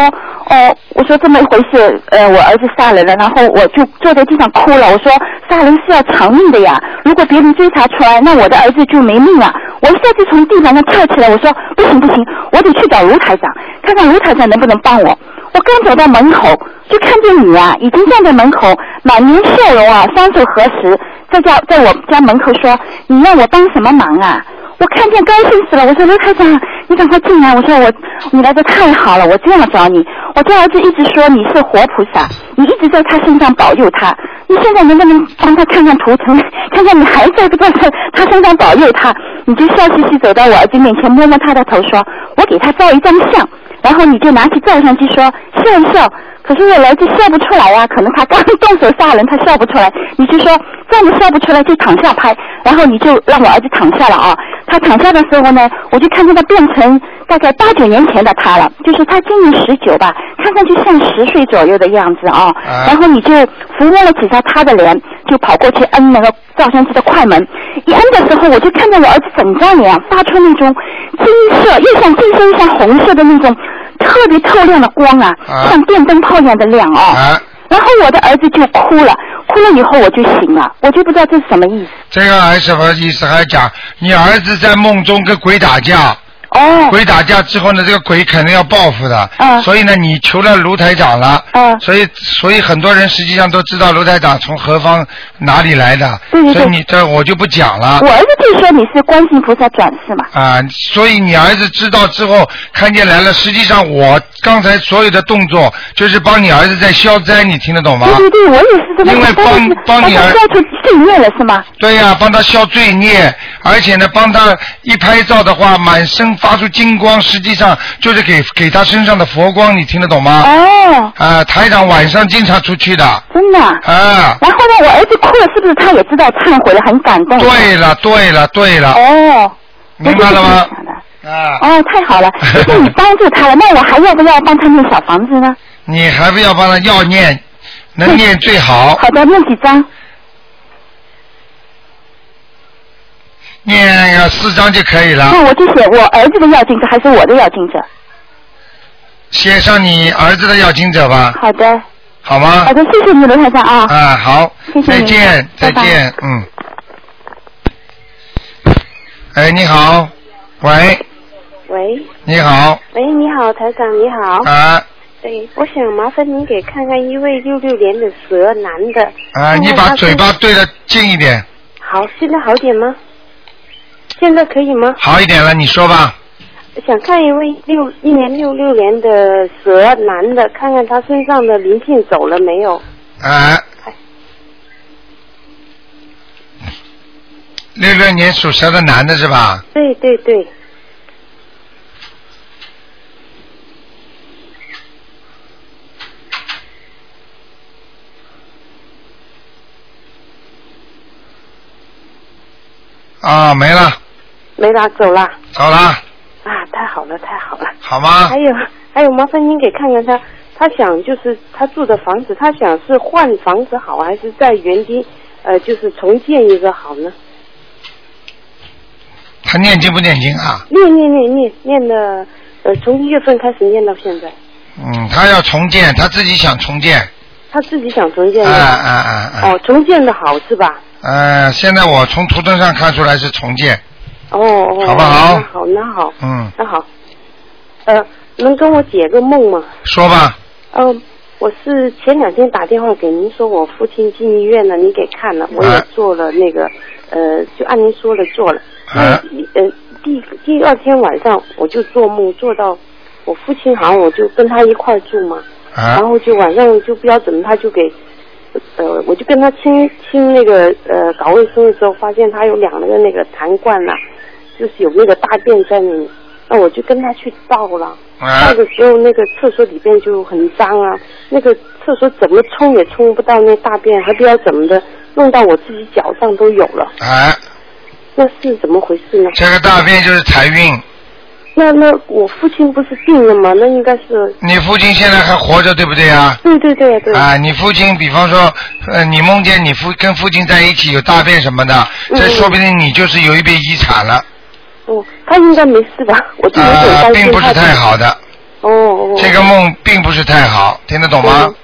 Speaker 11: 哦，我说这么一回事，呃，我儿子杀人了。”然后我就坐在地上哭了。我说：“杀人是要偿命的呀，如果别人追查出来，那我的儿子就没命了。”我一下就从地板上跳起来，我说：“不行不行，我得去找卢台长。”看看卢台长能不能帮我。我刚走到门口，就看见你啊，已经站在门口，满面笑容啊，双手合十，在家在我家门口说：“你让我帮什么忙啊？”我看见高兴死了，我说卢台长，你赶快进来！我说我你来的太好了，我这样找你。我家儿子一直说你是活菩萨，你一直在他身上保佑他。你现在能不能帮他看看图腾，看看你还在不在他他身上保佑他？你就笑嘻嘻走到我儿子面前，摸摸他的头，说：“我给他照一张相。”然后你就拿起照相机说笑一笑，可是我儿子笑不出来啊，可能他刚动手杀人，他笑不出来。你就说这样子笑不出来就躺下拍，然后你就让我儿子躺下了啊。他躺下的时候呢，我就看见他变成大概八九年前的他了，就是他今年十九吧，看上去像十岁左右的样子啊。然后你就抚摸了几下他的脸，就跑过去摁那个照相机的快门。一摁的时候，我就看见我儿子整张脸发出那种金色，又像金色又像红色的那种特别透亮的光啊，
Speaker 1: 啊
Speaker 11: 像电灯泡一样的亮哦。
Speaker 1: 啊
Speaker 11: 然后我的儿子就哭了，哭了以后我就醒了，我就不知道这是什么意思。
Speaker 1: 这个还什么意思？还讲你儿子在梦中跟鬼打架，
Speaker 11: 哦。
Speaker 1: 鬼打架之后呢，这个鬼肯定要报复的。
Speaker 11: 嗯
Speaker 1: 所以呢，你求了卢台长了。
Speaker 11: 嗯
Speaker 1: 所以，所以很多人实际上都知道卢台长从何方哪里来的。
Speaker 11: 对对对
Speaker 1: 所以你这我就不讲了。
Speaker 11: 我儿子就说你是观世音菩萨转世嘛。
Speaker 1: 啊，所以你儿子知道之后看见来了，实际上我刚才所有的动作就是帮你儿子在消灾，你听得懂吗？
Speaker 11: 对对对，我也是这么
Speaker 1: 因为
Speaker 11: 想，但是
Speaker 1: 帮帮你
Speaker 11: 把
Speaker 1: 儿
Speaker 11: 他消除罪孽了是吗？
Speaker 1: 对呀、帮他消罪孽，而且呢，帮他一拍照的话，满身发出金光，实际上就是给给他身上的佛光，你听得懂吗？
Speaker 11: 哦。
Speaker 1: 啊，台长晚上经常出去的。
Speaker 11: 真的。
Speaker 1: 啊。
Speaker 11: 然后呢，我儿子哭了，是不是他也知道忏悔了，很感动？啊
Speaker 1: 对了，对了，对了，
Speaker 11: 哦。
Speaker 1: 明白了吗？啊。
Speaker 11: 哦，太好 了，那你帮助他了，那我还要不要帮他念小房子呢？
Speaker 1: 你还不要帮他要念，能念最好，
Speaker 11: 好的，念几张？
Speaker 1: 念个四张就可以了。
Speaker 11: 那我就写我儿子的要经者还是我的要经者？
Speaker 1: 写上你儿子的要经者吧，
Speaker 11: 好的，
Speaker 1: 好吗
Speaker 11: 好？的，谢谢你，罗台长啊。
Speaker 1: 啊，好
Speaker 11: 谢，谢
Speaker 1: 再
Speaker 11: 你
Speaker 1: 见，再
Speaker 11: 拜拜
Speaker 1: 见，嗯。哎，你好，喂，
Speaker 12: 喂，
Speaker 1: 你好，
Speaker 12: 喂，你好，台长，你好。
Speaker 1: 啊
Speaker 12: 对，我想麻烦您给看看一位六六年的蛇男的。
Speaker 1: 啊，你把嘴巴对的近一点，
Speaker 12: 好，现在好点吗？现在可以吗？
Speaker 1: 好一点了，你说吧。
Speaker 12: 想看一位六一年六六年的蛇男的，看看他身上的灵性走了没有？
Speaker 1: 啊，六六年属蛇的男的是吧？
Speaker 12: 对对对，
Speaker 1: 啊，没了，
Speaker 12: 没啦，走啦。
Speaker 1: 走了，
Speaker 12: 啊，太好了，太好了。
Speaker 1: 好吗
Speaker 11: 哎
Speaker 12: 还？有还有，麻烦您给看看他，他想就是他住的房子，他想是换房子好，还是在原地呃就是重建一个好呢？
Speaker 1: 他念经不念经啊？
Speaker 12: 念念念念念了，呃，从一月份开始念到现在，
Speaker 1: 嗯，他要重建，他自己想重建。
Speaker 12: 他自己想重建
Speaker 1: 啊
Speaker 12: 的。
Speaker 1: 啊啊啊！
Speaker 12: 嗯哦，重建的好是吧？
Speaker 1: 呃，现在我从图腾上看出来是重建，
Speaker 12: 哦哦，
Speaker 1: 好不好
Speaker 12: 那好，那好，
Speaker 1: 嗯，
Speaker 12: 那好。呃，能跟我解个梦吗？
Speaker 1: 说吧，
Speaker 12: 嗯、我是前两天打电话给您说我父亲进医院了，您给看
Speaker 1: 啊
Speaker 12: 了，我也做了那个，呃，就按您说的做了。
Speaker 1: 啊
Speaker 12: 呃，第第二天晚上我就做梦做到我父亲好像我就跟他一块儿住嘛，
Speaker 1: 啊
Speaker 12: 然后就晚上就不知道怎么他就给，呃，我就跟他清清那个呃搞卫生的时候，发现他有两个那个痰罐呐、就是有那个大便在那里，那我就跟他去倒了。
Speaker 1: 啊
Speaker 12: 倒的时候，那个厕所里边就很脏啊，那个厕所怎么冲也冲不到那大便，还不知道怎么的，弄到我自己脚上都有了，
Speaker 1: 啊，
Speaker 12: 那是怎么回事呢？
Speaker 1: 这个大便就是财运。
Speaker 12: 那那我父亲不是病了吗？那应该是
Speaker 1: 你父亲现在还活着，对不对啊？
Speaker 12: 对对对对。
Speaker 1: 啊，你父亲，比方说，呃，你梦见你父跟父亲在一起有大便什么的，
Speaker 12: 嗯
Speaker 1: 这说不定你就是有一笔遗产了，
Speaker 12: 哦，他应该没事吧？我就有点
Speaker 1: 啊，
Speaker 12: 担心
Speaker 1: 并不
Speaker 12: 他
Speaker 1: 是
Speaker 12: 的
Speaker 1: 太好的，
Speaker 12: 哦哦。
Speaker 1: 这个梦并不是太好，听得懂
Speaker 12: 嗯
Speaker 1: 吗？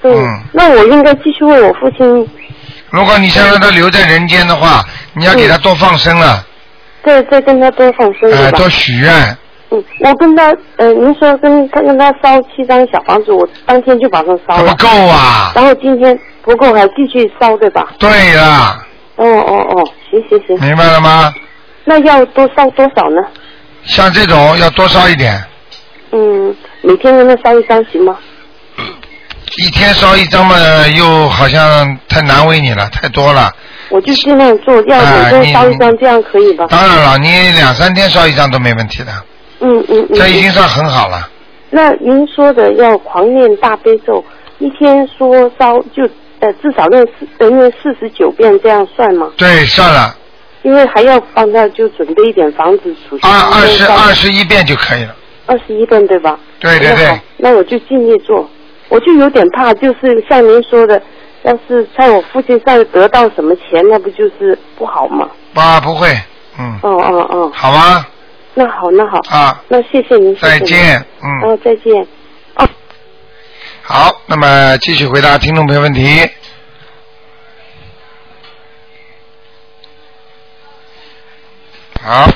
Speaker 12: 对，那我应该继续为我父亲。
Speaker 1: 如果你想让他留在人间的话，你要给他多放生了，
Speaker 12: 再再跟他多放生
Speaker 1: 呃
Speaker 12: 对，吧？
Speaker 1: 多许愿，
Speaker 12: 嗯，我跟他，呃，您说跟他跟他烧七张小房子，我当天就把它烧了。
Speaker 1: 不够啊！
Speaker 12: 然后今天不够，还继续烧，对吧？
Speaker 1: 对了，
Speaker 12: 哦哦哦，行行行。
Speaker 1: 明白了吗？
Speaker 12: 那要多烧多少呢？
Speaker 1: 像这种要多烧一点，
Speaker 12: 嗯，每天跟他烧一张行吗？
Speaker 1: 一天烧一张嘛，又好像太难为你了，太多了。
Speaker 12: 我就尽量做，要每
Speaker 1: 啊
Speaker 12: 天
Speaker 1: 你
Speaker 12: 烧一张，这样可以吧？
Speaker 1: 当然了，你两三天烧一张都没问题的，
Speaker 12: 嗯嗯嗯。
Speaker 1: 这已经算很好了。
Speaker 12: 那您说的要狂念大悲咒，一天说烧就呃至少念四呃念四十九遍，这样算吗？
Speaker 1: 对，算了，
Speaker 12: 因为还要帮他就准备一点房子储蓄。
Speaker 1: 二啊二十
Speaker 12: 嗯
Speaker 1: 二十一遍就可以了。
Speaker 12: 二十一遍对吧？
Speaker 1: 对
Speaker 12: 嗯
Speaker 1: 对对，
Speaker 12: 那我就尽力做。我就有点怕，就是像您说的，要是在我父亲上得到什么钱，那不就是不好吗？
Speaker 1: 啊，不会，嗯，
Speaker 12: 哦哦哦，
Speaker 1: 好吗？
Speaker 12: 那好那好，
Speaker 1: 啊，
Speaker 12: 那谢谢您，谢谢
Speaker 1: 再
Speaker 12: 您
Speaker 1: 见，嗯，
Speaker 12: 哦，再见。
Speaker 1: 好，那么继续回答听众朋友问题。好，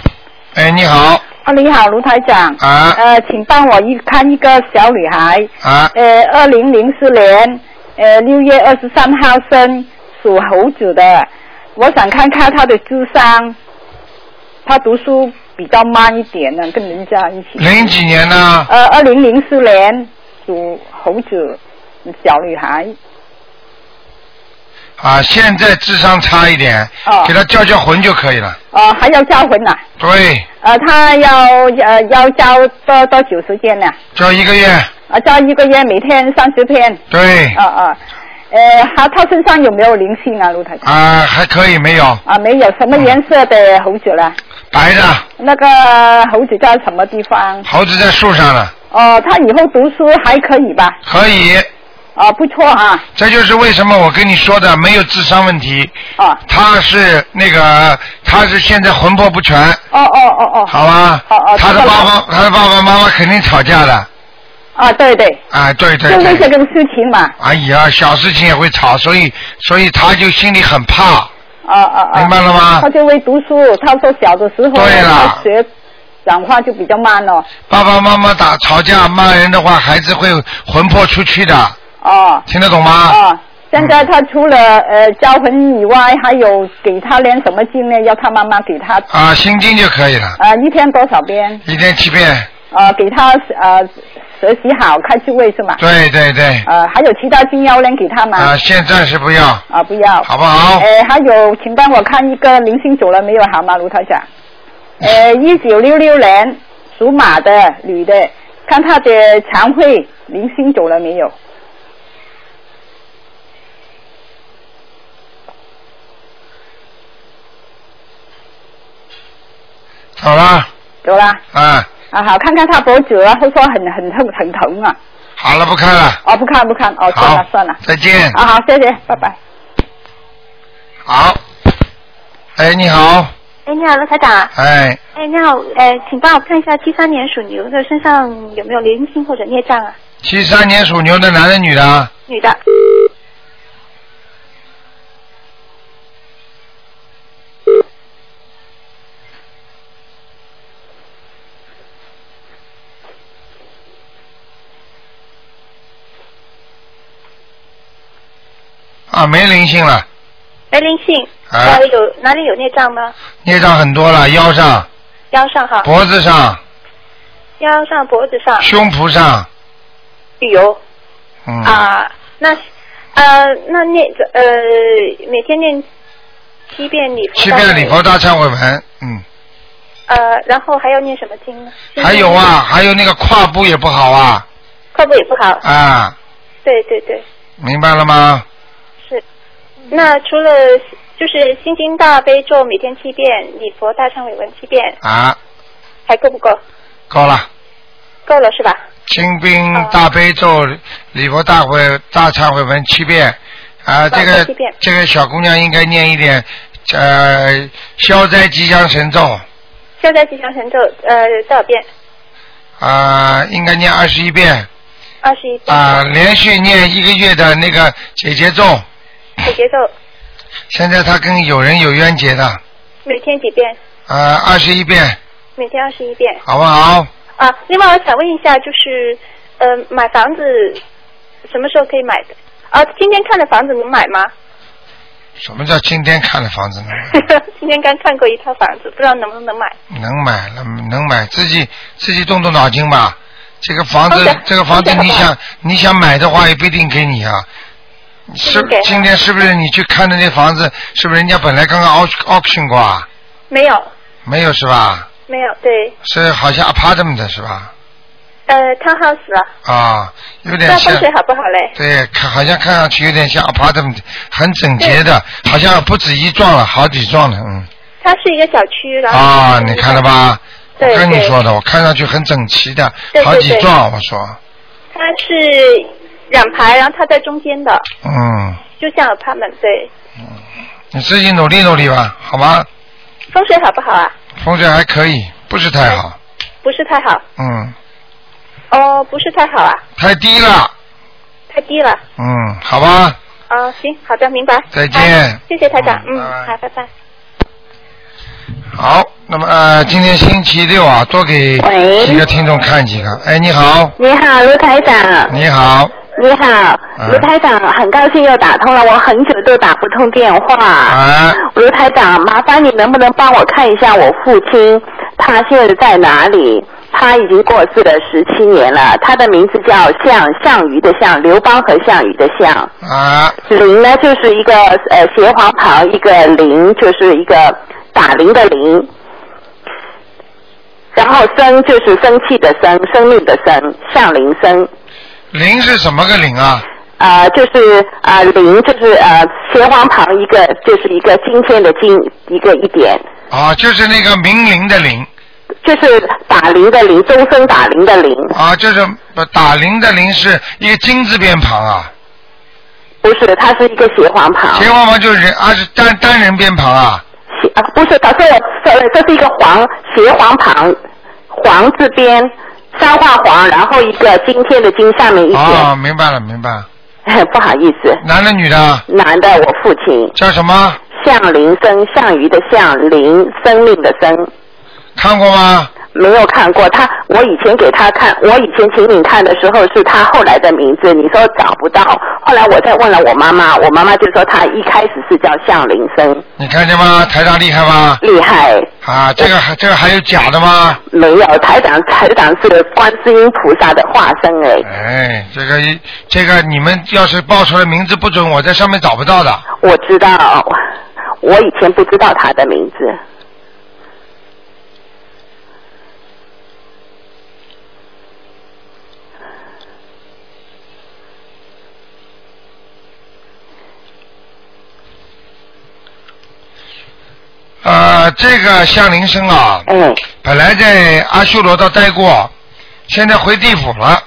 Speaker 1: 哎，你好，
Speaker 13: 哦，你好，卢台长。
Speaker 1: 啊。
Speaker 13: 呃，请帮我一看一个小女孩。
Speaker 1: 啊。
Speaker 13: 呃，二零零四年，呃，六月二十三号生，属猴子的。我想看看她的智商。她读书比较慢一点呢，跟人家一起。
Speaker 1: 零几年呢？
Speaker 13: 呃，二零零四年属猴子，小女孩。
Speaker 1: 啊，现在智商差一点，
Speaker 13: 哦
Speaker 1: 给他叫叫魂就可以了。
Speaker 13: 呃，还要交魂呐、
Speaker 1: 对，
Speaker 13: 呃，她要呃要交多多久时间呢、
Speaker 1: 叫一个月。
Speaker 13: 啊，交一个月，每天三十篇。
Speaker 1: 对，
Speaker 13: 啊啊，呃，他他身上有没有灵性啊，卢台长？
Speaker 1: 啊，还可以没有？
Speaker 13: 啊，没有，什么颜色的猴子了？
Speaker 1: 白的，
Speaker 13: 那个猴子在什么地方？
Speaker 1: 猴子在树上了，
Speaker 13: 哦，他以后读书还可以吧？
Speaker 1: 可以。
Speaker 13: 啊，不错啊。
Speaker 1: 这就是为什么我跟你说的没有智商问题。
Speaker 13: 啊。
Speaker 1: 他是那个，他是现在魂魄不全。
Speaker 13: 哦哦哦哦。
Speaker 1: 好吧。
Speaker 13: 哦哦。
Speaker 1: 他的
Speaker 13: 知道
Speaker 1: 爸
Speaker 13: 了
Speaker 1: 爸，他的爸爸妈妈肯定吵架的。
Speaker 13: 啊，对对，
Speaker 1: 啊，对对
Speaker 13: 就是
Speaker 1: 对。
Speaker 13: 这个事情嘛。
Speaker 1: 哎呀，小事情也会吵，所以所以他就心里很怕。
Speaker 13: 啊啊啊！
Speaker 1: 明白了吗
Speaker 13: 他就会读书，他说小的时候
Speaker 1: 对了
Speaker 13: 他学讲话就比较慢了。
Speaker 1: 爸爸妈妈打吵架骂人的话，孩子会魂魄出去的，
Speaker 13: 哦。
Speaker 1: 听得懂吗？嗯
Speaker 13: 啊，现在他除了呃招魂以外，还有给他练什么经呢？要他妈妈给他
Speaker 1: 啊，心经就可以了，
Speaker 13: 呃一天多少遍？
Speaker 1: 一天七遍。
Speaker 13: 呃，给他呃学习好，开智慧是吗？
Speaker 1: 对对对，
Speaker 13: 呃，还有其他经要练给他吗？
Speaker 1: 啊，现在是不要，
Speaker 13: 啊，不要。
Speaker 1: 好不好？
Speaker 13: 呃，还有，请帮我看一个零星走了没有，好吗，卢台长？呃，一九六六年属马的女的，看她的肠胃零星走了没有？
Speaker 1: 走了，
Speaker 13: 走啦。
Speaker 1: 啊，
Speaker 13: 啊，好，看看她脖子啊，后说很很痛很疼啊。
Speaker 1: 好了，不看了，
Speaker 13: 哦，不看不看，哦，算了算了。
Speaker 1: 再见。
Speaker 13: 啊，好，谢谢，拜拜。
Speaker 1: 好，哎，你好，
Speaker 14: 哎，你好，罗台长。
Speaker 1: 哎，
Speaker 14: 哎，你好，哎，请帮我看一下七三年属牛的身上有没有灵性或者孽障啊？
Speaker 1: 七三年属牛的男的女的啊？
Speaker 14: 女的，
Speaker 1: 啊，没灵性了，
Speaker 14: 没灵性，
Speaker 1: 啊
Speaker 14: 哪里有哪里有孽障吗？
Speaker 1: 孽障很多了，腰上、
Speaker 14: 腰上哈，
Speaker 1: 脖子上、
Speaker 14: 腰上、脖子上，
Speaker 1: 胸脯上，
Speaker 14: 有
Speaker 1: 嗯，
Speaker 14: 啊，那呃，那念呃，每天念七遍礼佛，
Speaker 1: 七遍礼佛大忏悔，文，嗯，
Speaker 14: 呃，然后还要念什么经呢？
Speaker 1: 还有啊，还有那个胯部也不好啊，
Speaker 14: 胯部也不好，
Speaker 1: 啊，
Speaker 14: 对对对，
Speaker 1: 明白了吗？
Speaker 14: 是。那除了就是心经大悲咒每天七遍，礼佛大忏悔文七遍，
Speaker 1: 啊，
Speaker 14: 还够不够？
Speaker 1: 够了，
Speaker 14: 够了是吧？
Speaker 1: 清兵大悲咒、礼佛大会大忏悔文七遍，啊，这
Speaker 14: 大
Speaker 1: 个
Speaker 14: 悲七遍
Speaker 1: 这个小姑娘应该念一点，呃，消灾吉祥神咒，
Speaker 14: 消灾吉祥神咒呃多少遍？
Speaker 1: 啊，应该念二十一遍，
Speaker 14: 二十一遍。
Speaker 1: 啊，连续念一个月的那个解结咒，
Speaker 14: 解节奏
Speaker 1: 现在她跟有人有冤结的，
Speaker 14: 每天几遍？
Speaker 1: 啊，二十一遍，
Speaker 14: 每天二十一遍。
Speaker 1: 好不好？
Speaker 14: 啊，另外我想问一下，就是呃买房子什么时候可以买的？啊，今天看的房子能买吗？
Speaker 1: 什么叫今天看了房子呢？
Speaker 14: 今天刚看过一套房子，不知道能不能买。
Speaker 1: 能买了，能买，自己自己动动脑筋吧。这个房
Speaker 14: 好
Speaker 1: 子
Speaker 14: 的，
Speaker 1: 这个房子
Speaker 14: 好的
Speaker 1: 你
Speaker 14: 好
Speaker 1: 想
Speaker 14: 的
Speaker 1: 你想买的话，也不一定给你啊。是
Speaker 14: 不给啊
Speaker 1: 今天是不是你去看的那房子，是不是人家本来刚刚 au- auction 过啊？
Speaker 14: 没有，
Speaker 1: 没有是吧？
Speaker 14: 没有，对，
Speaker 1: 是好像 apartment 的是吧？
Speaker 14: 呃，townhouse 啊，
Speaker 1: 啊，有
Speaker 14: 那
Speaker 1: 点
Speaker 14: 风
Speaker 1: 像，
Speaker 14: 水好不好嘞？
Speaker 1: 对，看好像看上去有点像 apartment，很整洁的，好像不止一幢了，好几幢了，嗯。
Speaker 14: 它是一个小区，然后
Speaker 1: 啊，你看了吧？我
Speaker 14: 对
Speaker 1: 跟你
Speaker 14: 对
Speaker 1: 说的，我看上去很整齐的，
Speaker 14: 对对
Speaker 1: 好几
Speaker 14: 对
Speaker 1: 幢，我说，
Speaker 14: 它是两排，然后它在中间的，
Speaker 1: 嗯。
Speaker 14: 就像 apartment 对，
Speaker 1: 你自己努力努力吧，好吗？
Speaker 14: 风水好不好啊？
Speaker 1: 风水还可以，不是太好，
Speaker 14: 不是太好，
Speaker 1: 嗯，
Speaker 14: 哦，不是太好啊，
Speaker 1: 太低了，
Speaker 14: 太低了，
Speaker 1: 嗯，好吧，
Speaker 14: 哦，行，好的，明白，
Speaker 1: 再见
Speaker 14: 嗯好谢谢台长，嗯，好，拜拜。
Speaker 1: 好，那么呃，今天星期六啊，多给
Speaker 15: 喂
Speaker 1: 几个听众看几个。哎，你好，
Speaker 15: 你好，卢台长。
Speaker 1: 你好，
Speaker 15: 你好，
Speaker 1: 嗯
Speaker 15: 卢台长，很高兴又打通了，我很久都打不通电话。
Speaker 1: 啊，
Speaker 15: 卢台长，麻烦你能不能帮我看一下我父亲，他现在在哪里？他已经过世了十七年了，他的名字叫项项羽的项，刘邦和项羽的项。
Speaker 1: 啊，
Speaker 15: 林呢就是一个呃斜黄旁，一个林就是一个打铃的铃，然后生就是生气的生，生命的生，向林生。
Speaker 1: 林是什么个林啊？
Speaker 15: 呃，就是呃林就是呃斜黄旁一个就是一个今天的今一个一点，
Speaker 1: 啊，就是那个明林的林
Speaker 15: 就是打铃的铃，终生打铃的铃，
Speaker 1: 啊，就是不打铃的铃是一个金字边旁啊，
Speaker 15: 不是，它是一个斜黄旁。
Speaker 1: 斜黄旁就是人，啊是单单人边旁啊，
Speaker 15: 斜啊不是，搞错了，这这是一个黄斜黄旁，黄字边三画黄，然后一个今天的今下面一点。
Speaker 1: 啊，明白了明白了，
Speaker 15: 不好意思。
Speaker 1: 男的啊女的？
Speaker 15: 男的，我父亲。
Speaker 1: 叫什么？
Speaker 15: 向林生，项羽的项，林生命的生。
Speaker 1: 看过吗？
Speaker 15: 没有看过他，我以前给他看，我以前请你看的时候是他后来的名字，你说找不到，后来我再问了我妈妈，我妈妈就说他一开始是叫向林生，
Speaker 1: 你看见吗？台长厉害吗？
Speaker 15: 厉害。
Speaker 1: 啊，这个还这个还有假的吗？
Speaker 15: 没有，台长台长是观世音菩萨的化身哎，
Speaker 1: 哎，这个一这个你们要是报出来名字不准，我在上面找不到的。
Speaker 15: 我知道，我以前不知道他的名字。
Speaker 1: 呃，这个向林生啊，
Speaker 15: 嗯，
Speaker 1: 本来在阿修罗道待过，现在回地府了。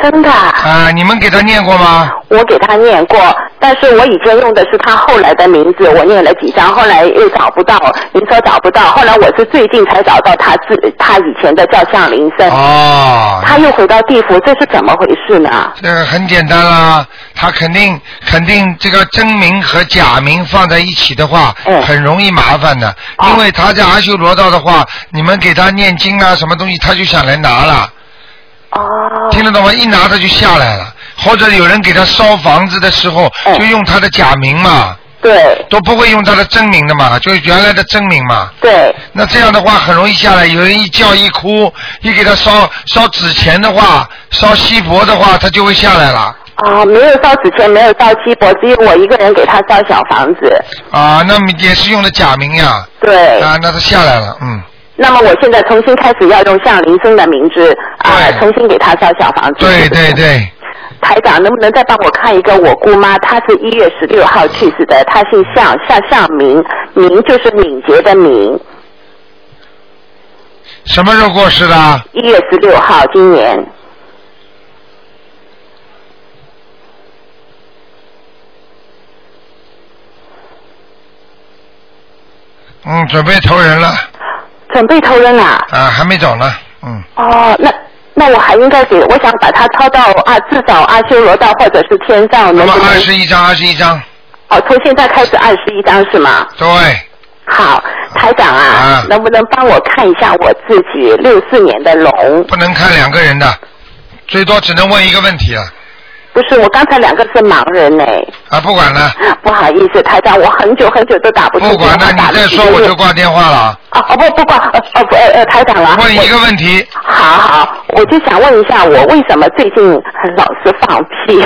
Speaker 15: 真的啊、
Speaker 1: 啊、你们给他念过吗？
Speaker 15: 我给他念过，但是我以前用的是他后来的名字，我念了几张，后来又找不到，您说找不到，后来我是最近才找到他自他以前的叫向林生。
Speaker 1: 哦。
Speaker 15: 他又回到地府，这是怎么回事呢？
Speaker 1: 这个很简单啦，他肯定肯定这个真名和假名放在一起的话，
Speaker 15: 嗯
Speaker 1: 很容易麻烦的，
Speaker 15: 啊
Speaker 1: 因为他在阿修罗道的话，你们给他念经啊，什么东西他就想来拿了。
Speaker 15: 哦。
Speaker 1: 听得懂吗？一拿他就下来了，或者有人给他烧房子的时候，就用他的假名嘛。
Speaker 15: 嗯对。
Speaker 1: 都不会用他的真名的嘛，就是原来的真名嘛。
Speaker 15: 对。
Speaker 1: 那这样的话很容易下来，有人一叫一哭，一给他烧烧纸钱的话，烧锡箔的话，他就会下来了。
Speaker 15: 啊，没有烧纸钱，没有烧鸡脖，只有我一个人给他烧小房子。
Speaker 1: 啊，那么也是用的假名呀。
Speaker 15: 对。
Speaker 1: 啊，那他下来了，嗯，
Speaker 15: 那么我现在重新开始要用向林生的名字啊，重新给他烧小房子。
Speaker 1: 对对对，
Speaker 15: 台长，能不能再帮我看一个我姑妈？她是一月十六号去世的，她姓向，向向明，明就是敏捷的敏。
Speaker 1: 什么时候过世的啊？
Speaker 15: 一月十六号，今年
Speaker 1: 嗯，准备投人了，
Speaker 15: 准备投人啦、
Speaker 1: 啊，还没走呢，嗯，
Speaker 15: 哦，那那我还应该给，我想把它抄到啊，至少阿修罗道或者是天上，能不能
Speaker 1: 二？十一张，二十一张，
Speaker 15: 哦，从现在开始二十一张是吗？
Speaker 1: 对，
Speaker 15: 好，台长啊，
Speaker 1: 啊
Speaker 15: 能不能帮我看一下我自己六四年的龙？
Speaker 1: 不能看两个人的，最多只能问一个问题了，
Speaker 15: 不是，我刚才两个是盲人呢、
Speaker 1: 啊，不管了，
Speaker 15: 不好意思，台长，我很久很久都打不通
Speaker 1: 不管了，
Speaker 15: 电话
Speaker 1: 你再说
Speaker 15: 打了几个
Speaker 1: 我
Speaker 15: 月
Speaker 1: 就挂电话了啊。
Speaker 15: 哦哦不不挂哦哦不呃呃台长了。
Speaker 1: 问一个问题。
Speaker 15: 好好，我就想问一下，我为什么最近老是放 屁？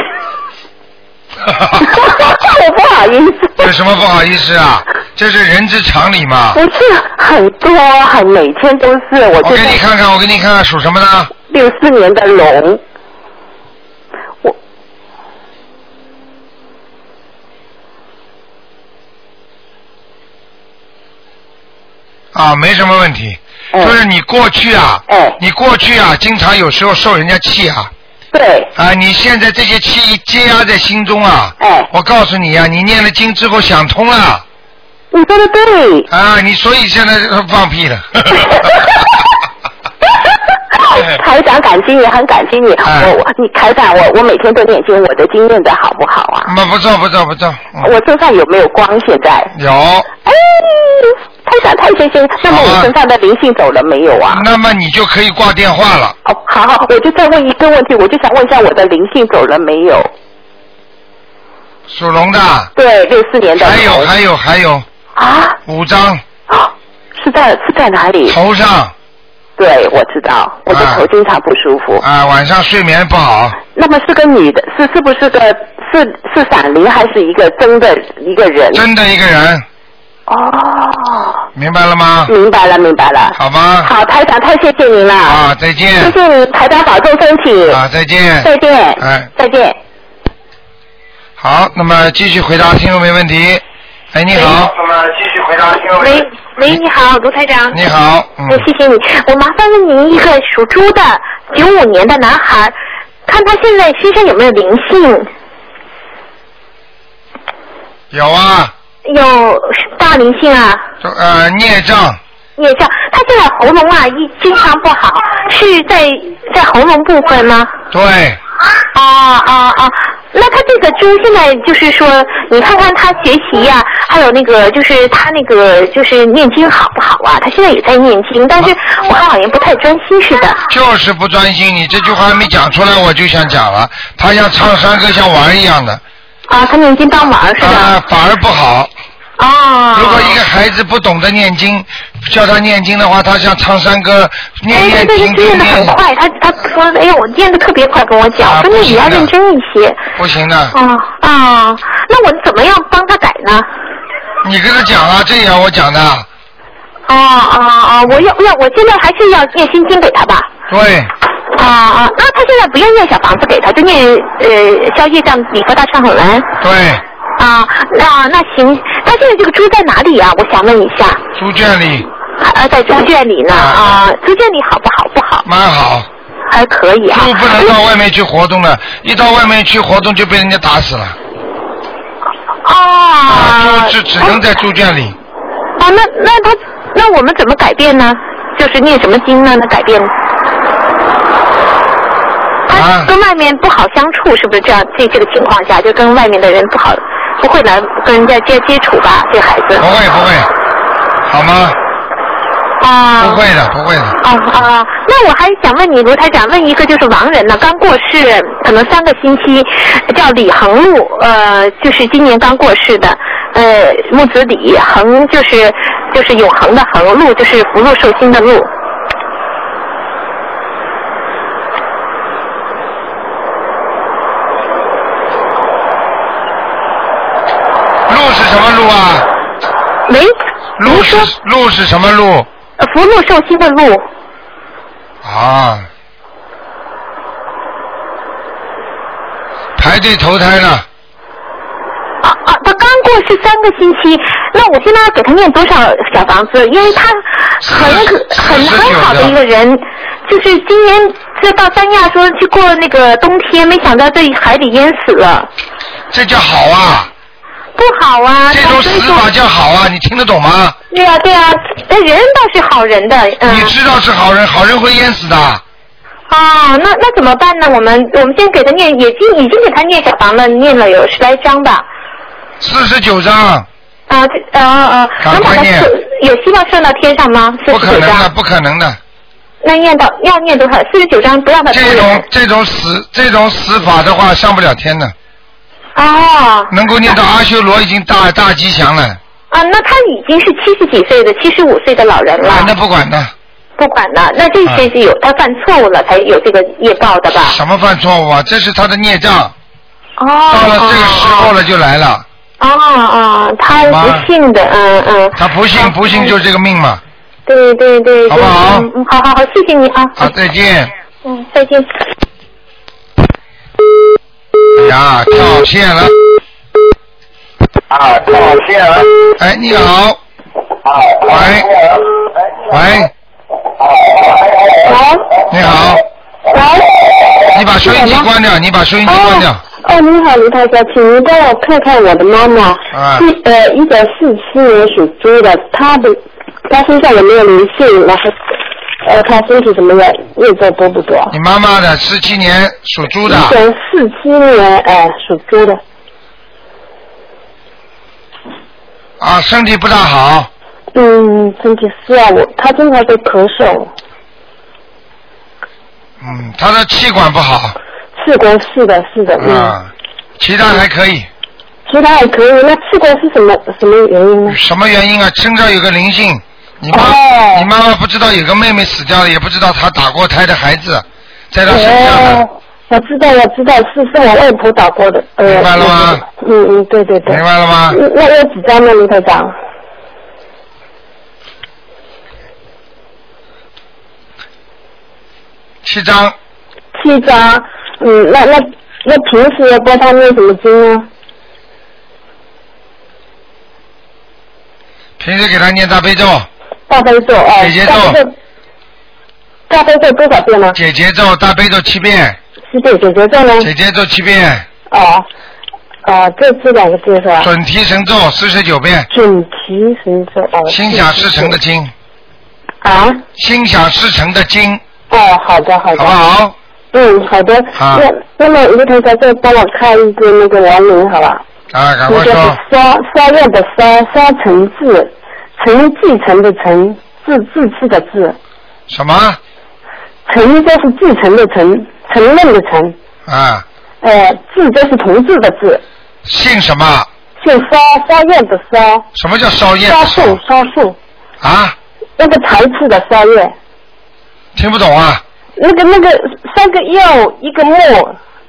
Speaker 15: 我不好意思，
Speaker 1: 有什么不好意思啊？这是人之常理嘛
Speaker 15: 不。是很多，很每天都是。我
Speaker 1: 我
Speaker 15: 就
Speaker 1: 给你看看，我给你看看属什么的。
Speaker 15: 六四年的龙，
Speaker 1: 啊，没什么问题。
Speaker 15: 哎
Speaker 1: 就是你过去啊，你过去啊，经常有时候受人家气啊。
Speaker 15: 对。
Speaker 1: 啊，你现在这些气一积压在心中啊。
Speaker 15: 哎
Speaker 1: 我告诉你啊，你念了经之后想通了。
Speaker 15: 你说的对。
Speaker 1: 啊，你所以现在放屁 了。嗯
Speaker 15: 台长感激你，很感激你。我我你台长，我我每天都念经，我的经念的好不好啊？
Speaker 1: 嗯那不错，不错，不错。
Speaker 15: 我身上有没有光？现在
Speaker 1: 嗯有。
Speaker 15: 哎，台长，太谢谢。那么我身上的灵性走了没有啊？
Speaker 1: 那么你就可以挂电话了。
Speaker 15: 哦，好好，我就再问一个问题，我就想问一下我的灵性走了没有？
Speaker 1: 属龙的。
Speaker 15: 对，六四年的。
Speaker 1: 还有还有还有。
Speaker 15: 啊。
Speaker 1: 五张。
Speaker 15: 是在是在哪里？
Speaker 1: 头上。
Speaker 15: 对，我知道，我的头经常不舒服。
Speaker 1: 啊，晚上睡眠不好。
Speaker 15: 那么是个女的，是是不是个是是闪灵还是一个真的一个人？
Speaker 1: 真的一个人。
Speaker 15: 哦。
Speaker 1: 明白了吗？
Speaker 15: 明白了，明白了。
Speaker 1: 好吗？
Speaker 15: 好，台长，太谢谢您了。
Speaker 1: 啊，再见。
Speaker 15: 谢谢您，台长保重身体。
Speaker 1: 啊，再见。
Speaker 15: 再见。
Speaker 1: 哎，
Speaker 15: 再见。
Speaker 1: 好，那么继续回答听众没问题。哎，你好。那么继续回答听众
Speaker 16: 喂喂，你好，卢台长。
Speaker 1: 你好，嗯
Speaker 16: 哎，谢谢你。我麻烦问您一个属猪的九五年的男孩，看他现在身上有没有灵性，
Speaker 1: 有啊，
Speaker 16: 有大灵性啊，
Speaker 1: 就呃孽障，
Speaker 16: 也叫他现在喉咙啊一经常不好，是在在喉咙部分吗？
Speaker 1: 对，
Speaker 16: 啊啊啊！那他这个猪现在就是说，你看看他学习呀、还有那个就是他那个就是念经好不好啊？他现在也在念经，但是我看好像不太专心似的。
Speaker 1: 就是不专心。你这句话还没讲出来，我就想讲了。他像唱山歌，像玩儿一样的。
Speaker 16: 啊，他念经当玩是吧？
Speaker 1: 啊，反而不好。
Speaker 16: 啊。
Speaker 1: 如果一个孩子不懂得念经，叫他念经的话，他像唱山歌，念
Speaker 16: 哎，对
Speaker 1: 念
Speaker 16: 对
Speaker 1: 停
Speaker 16: 对，
Speaker 1: 停
Speaker 16: 念的很
Speaker 1: 念，啊
Speaker 16: 快，他他说，哎呀，我念的特别快，跟我讲，说那你要认真一些。
Speaker 1: 不行的。
Speaker 16: 啊啊，那我怎么样帮他改呢？
Speaker 1: 你跟他讲啊，这样我讲的，
Speaker 16: 啊啊啊！我要要，我现在还是要念心经给他吧。
Speaker 1: 对，
Speaker 16: 啊啊，那他现在不要念小房子给他，就念呃消业障礼佛大忏悔文。
Speaker 1: 对，
Speaker 16: 啊，那那行，他现在这个猪在哪里呀、啊我想问一下，
Speaker 1: 猪圈里
Speaker 16: 啊，在猪圈里呢啊，猪圈里好不好？不好，
Speaker 1: 蛮好。
Speaker 16: 还可以啊。
Speaker 1: 猪不能到外面去活动的，一到外面去活动就被人家打死了。啊，猪只只能在猪圈里。
Speaker 16: 啊，那那他那我们怎么改变呢？就是念什么经呢？那改变？他跟外面不好相处，是不是这样？这这个情况下，就跟外面的人不好，不会来跟人家接接触吧？这孩子。
Speaker 1: 不会不会，好吗？
Speaker 16: 啊。
Speaker 1: 不会的，不会的。
Speaker 16: 啊啊！那我还想问你，卢台长，问一个就是亡人呢，刚过世，可能三个星期，叫李恒禄，呃，就是今年刚过世的，呃，木子李，恒就是就是永恒的恒，禄就是福禄寿星的禄。
Speaker 1: 鹿是什么鹿啊？
Speaker 16: 喂。
Speaker 1: 鹿是鹿是什么鹿？
Speaker 16: 呃福禄寿星的禄，
Speaker 1: 啊。排队投胎呢？
Speaker 16: 啊，他刚过世三个星期，那我现在要给他念多少小房子？因为他很可很很好的一个人，就是今年这到三亚说去过那个冬天，没想到被海里淹死了，
Speaker 1: 这叫好啊！
Speaker 16: 不好啊！
Speaker 1: 这种死法叫好啊！你听得懂吗？
Speaker 16: 对呀、对呀、那人倒是好人的，嗯。
Speaker 1: 你知道是好人，好人会淹死的。
Speaker 16: 哦，那那怎么办呢？我们我们先给他念，已经已经给他念小房了，念了有十来章吧。
Speaker 1: 四十九章，
Speaker 16: 啊，这呃呃，能把它有希望上到天上吗？四
Speaker 1: 不
Speaker 16: 十
Speaker 1: 可
Speaker 16: 九
Speaker 1: 能的，
Speaker 16: 章，
Speaker 1: 不可能的。
Speaker 16: 那念到要念多少？四十九章不让他
Speaker 1: 这种这种死这种死法的话，上不了天的。
Speaker 16: 哦。
Speaker 1: 能够念到阿修罗已经大大吉祥了，
Speaker 16: 啊，那他已经是七十几岁的，七十五岁的老人了。
Speaker 1: 啊那不管啊的。
Speaker 16: 不管了，那这些是有、他犯错误了才有这个业报的吧？
Speaker 1: 什么犯错误啊？这是他的孽障，
Speaker 16: 哦。
Speaker 1: 到了这个时候了就来了。
Speaker 16: 哦哦，他
Speaker 1: 好吗
Speaker 16: 不信的，嗯嗯。
Speaker 1: 他不信不信就是这个命嘛。
Speaker 16: 对对对对。好好？嗯，好好好，谢谢你啊。
Speaker 1: 好，再见。
Speaker 16: 嗯，再见。
Speaker 1: 哎呀，跳线了。啊，跳线了。哎，你好。
Speaker 16: 啊哎
Speaker 1: 喂。喂。
Speaker 16: 哎
Speaker 1: 你好。你把收音机关掉，你把收音机关掉。
Speaker 17: 哦，你好，卢太太，请您帮我看看我的妈妈，
Speaker 1: 啊
Speaker 17: 是呃一九四七年属猪的，她的她身上有没有灵性？然后呃她身体怎么样？业障多不多？
Speaker 1: 你妈妈的十七年属猪
Speaker 17: 一
Speaker 5: 嗯
Speaker 1: 的，
Speaker 17: 九四七年哎、属猪的，
Speaker 1: 啊，身体不大好，
Speaker 5: 嗯，身体是啊，我他经常会咳嗽，
Speaker 1: 嗯，他的气管不好，
Speaker 5: 气管是的，是的，嗯，
Speaker 1: 啊，其他还可以。
Speaker 5: 其他还可以。那气管是什么什么原因呢？
Speaker 1: 什么原因啊？身上有个灵性，你妈、
Speaker 5: 哦
Speaker 1: 你妈妈不知道有个妹妹死掉了，也不知道她打过胎的孩子在她身上呢，
Speaker 5: 哦，我知道，我知道，是是我外婆打过的。呃、
Speaker 1: 明白了吗？
Speaker 5: 嗯嗯，对对对。
Speaker 1: 明白了吗
Speaker 5: 嗯那要几张呢，卢台长？
Speaker 1: 七张，
Speaker 5: 七张。嗯，那那那平时要帮他念什么经呢？
Speaker 1: 平时给她念大悲咒、
Speaker 5: 大悲咒哦，
Speaker 1: 姐姐咒
Speaker 5: 大悲咒，大悲咒多少遍呢？
Speaker 1: 姐姐咒、大悲咒七遍，
Speaker 5: 七遍，姐姐咒呢？
Speaker 1: 姐姐咒七遍，
Speaker 5: 哦，哦，这这两个字是吧？
Speaker 1: 准提神咒四十九遍，
Speaker 5: 准提神咒哦。
Speaker 1: 心想事成的经。
Speaker 5: 啊？
Speaker 1: 心想事成的经，
Speaker 5: 哦，好的，好
Speaker 1: 好
Speaker 5: 的。
Speaker 1: 不好？
Speaker 5: 嗯，好的。
Speaker 1: 好
Speaker 5: 那那么卢台长再帮我看一个那个王林，好吧？
Speaker 1: 啊，赶
Speaker 5: 那
Speaker 1: 快
Speaker 5: 个
Speaker 1: 说。
Speaker 5: 沙沙月的沙，沙成志，承继承的承，志志气的志，
Speaker 1: 什么？
Speaker 5: 承就是继承的承，承认的承，
Speaker 1: 啊，
Speaker 5: 呃，志就是同志的志，
Speaker 1: 姓什么？
Speaker 5: 姓沙，沙月的沙。
Speaker 1: 啊什么叫烧叶？
Speaker 5: 烧树，烧树。
Speaker 1: 啊？
Speaker 5: 那个台字的烧叶，
Speaker 1: 听不懂啊？
Speaker 5: 那个那个三个又一个木，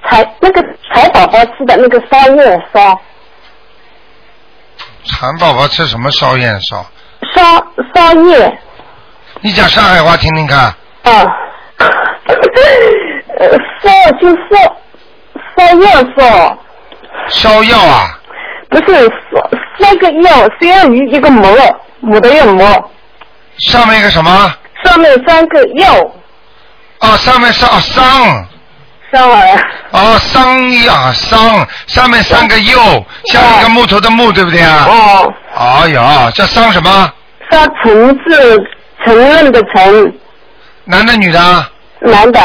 Speaker 5: 财那个财宝宝吃的那个烧叶烧
Speaker 1: 馋宝宝吃什么烧燕烧？
Speaker 5: 烧烧叶，
Speaker 1: 你讲上海话听听看。
Speaker 5: 啊，呃烧就烧烧药烧。
Speaker 1: 烧药啊？
Speaker 5: 不是烧三个药，三鱼一个母，母的又母，
Speaker 1: 上面一个什么？
Speaker 5: 上面三个药
Speaker 1: 哦，上面上哦桑。
Speaker 5: 烧啊。
Speaker 1: 哦，桑呀桑，上面三个又，下面一个木头的木，对不对啊？
Speaker 5: 哦。
Speaker 1: 哎呀，叫桑什么？
Speaker 5: 烧橙子承认的承，
Speaker 1: 男的女的啊？
Speaker 5: 男的，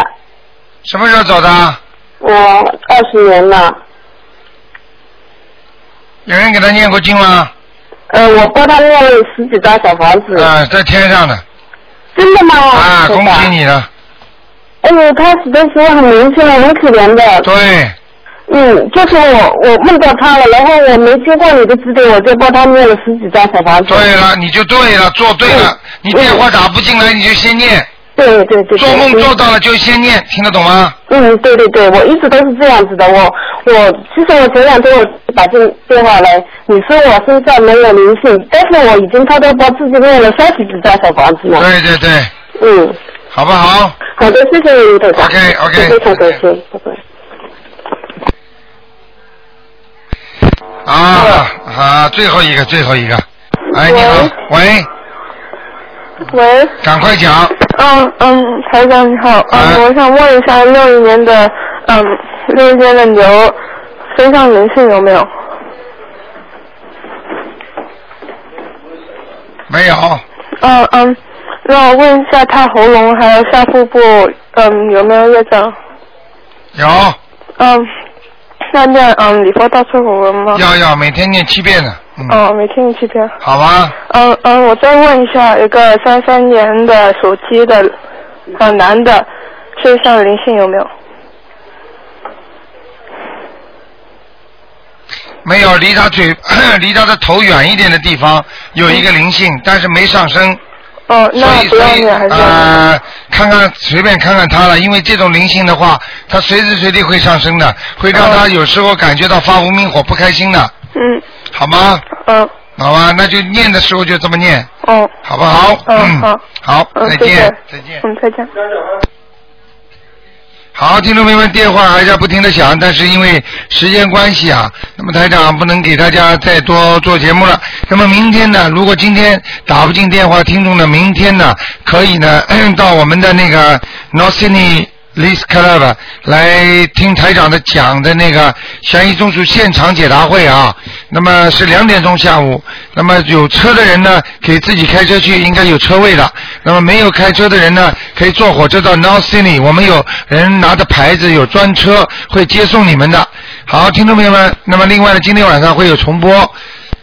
Speaker 1: 什么时候走的啊？
Speaker 5: 我
Speaker 12: 呃
Speaker 5: 二十年了。
Speaker 1: 有人给他念过经吗？
Speaker 5: 呃，我帮他念了十几张小房子。
Speaker 1: 啊，在天上的。
Speaker 5: 真的吗？
Speaker 1: 啊，
Speaker 5: 啊
Speaker 1: 恭喜！你了。
Speaker 5: 哎呦，他死的时候很年轻，很可怜的。
Speaker 1: 对。
Speaker 5: 嗯，就是我我梦到他了，然后我没经过你的指点，我就帮他念了十几张小房子。
Speaker 1: 对了，你就对了，做对了。
Speaker 5: 嗯
Speaker 1: 你电话打不进来，你就先念。
Speaker 5: 对对对。
Speaker 1: 做梦做到了就先念，听得懂吗？
Speaker 5: 嗯，对对对，我一直都是这样子的。我我其实我前两天我打进电话来，你说我身上没有灵性，但是我已经偷偷帮自己念了三十几张小房子了。
Speaker 1: 对对对，
Speaker 5: 嗯，
Speaker 1: 好不好？
Speaker 5: 好的，谢谢你，队长。
Speaker 1: OK OK。
Speaker 5: 非常感谢，拜拜。
Speaker 1: 啊
Speaker 5: 嗯
Speaker 1: 啊，最后一个，最后一个。哎，你好，喂，
Speaker 18: 喂，
Speaker 1: 赶快讲。啊
Speaker 18: 嗯嗯，台长你好，嗯，我想问一下六一年的，嗯，六一年的牛身上灵性有没有？
Speaker 1: 没有，
Speaker 18: 嗯嗯，让我问一下他喉咙还有下腹部，嗯，有没有业障？
Speaker 1: 有，
Speaker 18: 嗯，那念嗯礼佛大忏悔文吗？
Speaker 1: 要要，每天念七遍的，嗯，
Speaker 18: 哦，每天一七遍。
Speaker 1: 好吧？
Speaker 18: 嗯嗯，我再问一下，一个三三年的属鸡的，呃，男的，身上灵性有没有？
Speaker 1: 没有，离他嘴， 离他的头远一点的地方有一个灵性，但是没上升。
Speaker 18: 嗯哦，
Speaker 1: 那不要念还是呃，看看随便看看他了，因为这种灵性的话，他随时随地会上升的，会让他有时候感觉到发无名火、不开心的，
Speaker 18: 哦嗯
Speaker 1: 好吗？
Speaker 18: 嗯。
Speaker 1: 好吧，那就念的时候就这么念，
Speaker 18: 哦。
Speaker 1: 好不好？
Speaker 18: 嗯好。
Speaker 1: 好，
Speaker 18: 嗯，
Speaker 1: 再
Speaker 18: 谢谢
Speaker 1: 见。再见。
Speaker 18: 嗯，再见。
Speaker 1: 好，听众朋友们，电话还在不停的响，但是因为时间关系啊，那么台长不能给大家再多做节目了。那么明天呢，如果今天打不进电话，听众呢，明天呢，可以呢 到我们的那个 n o s i n i l i s Club 来听台长的讲的那个悬疑综述现场解答会啊。那么是两点钟下午，那么有车的人呢，给自己开车去，应该有车位的。那么没有开车的人呢，可以坐火车到 North Sydney，我们有人拿着牌子，有专车会接送你们的。好，听众朋友们，那么另外呢，今天晚上会有重播。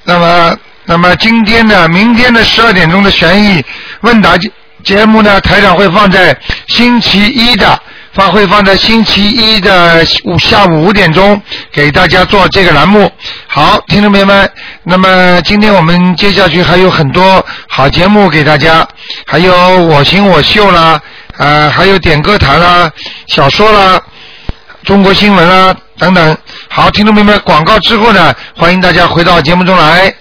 Speaker 1: 那么那么今天呢，明天的十二点钟的悬疑问答节节目呢，台长会放在星期一的，发会放在星期一的午下午五点钟给大家做这个栏目。好，听众朋友们，那么今天我们接下去还有很多好节目给大家，还有我行我秀啦，呃，还有点歌坛啦，小说啦。中国新闻啦、等等。好，听众朋友们，广告之后呢，欢迎大家回到节目中来。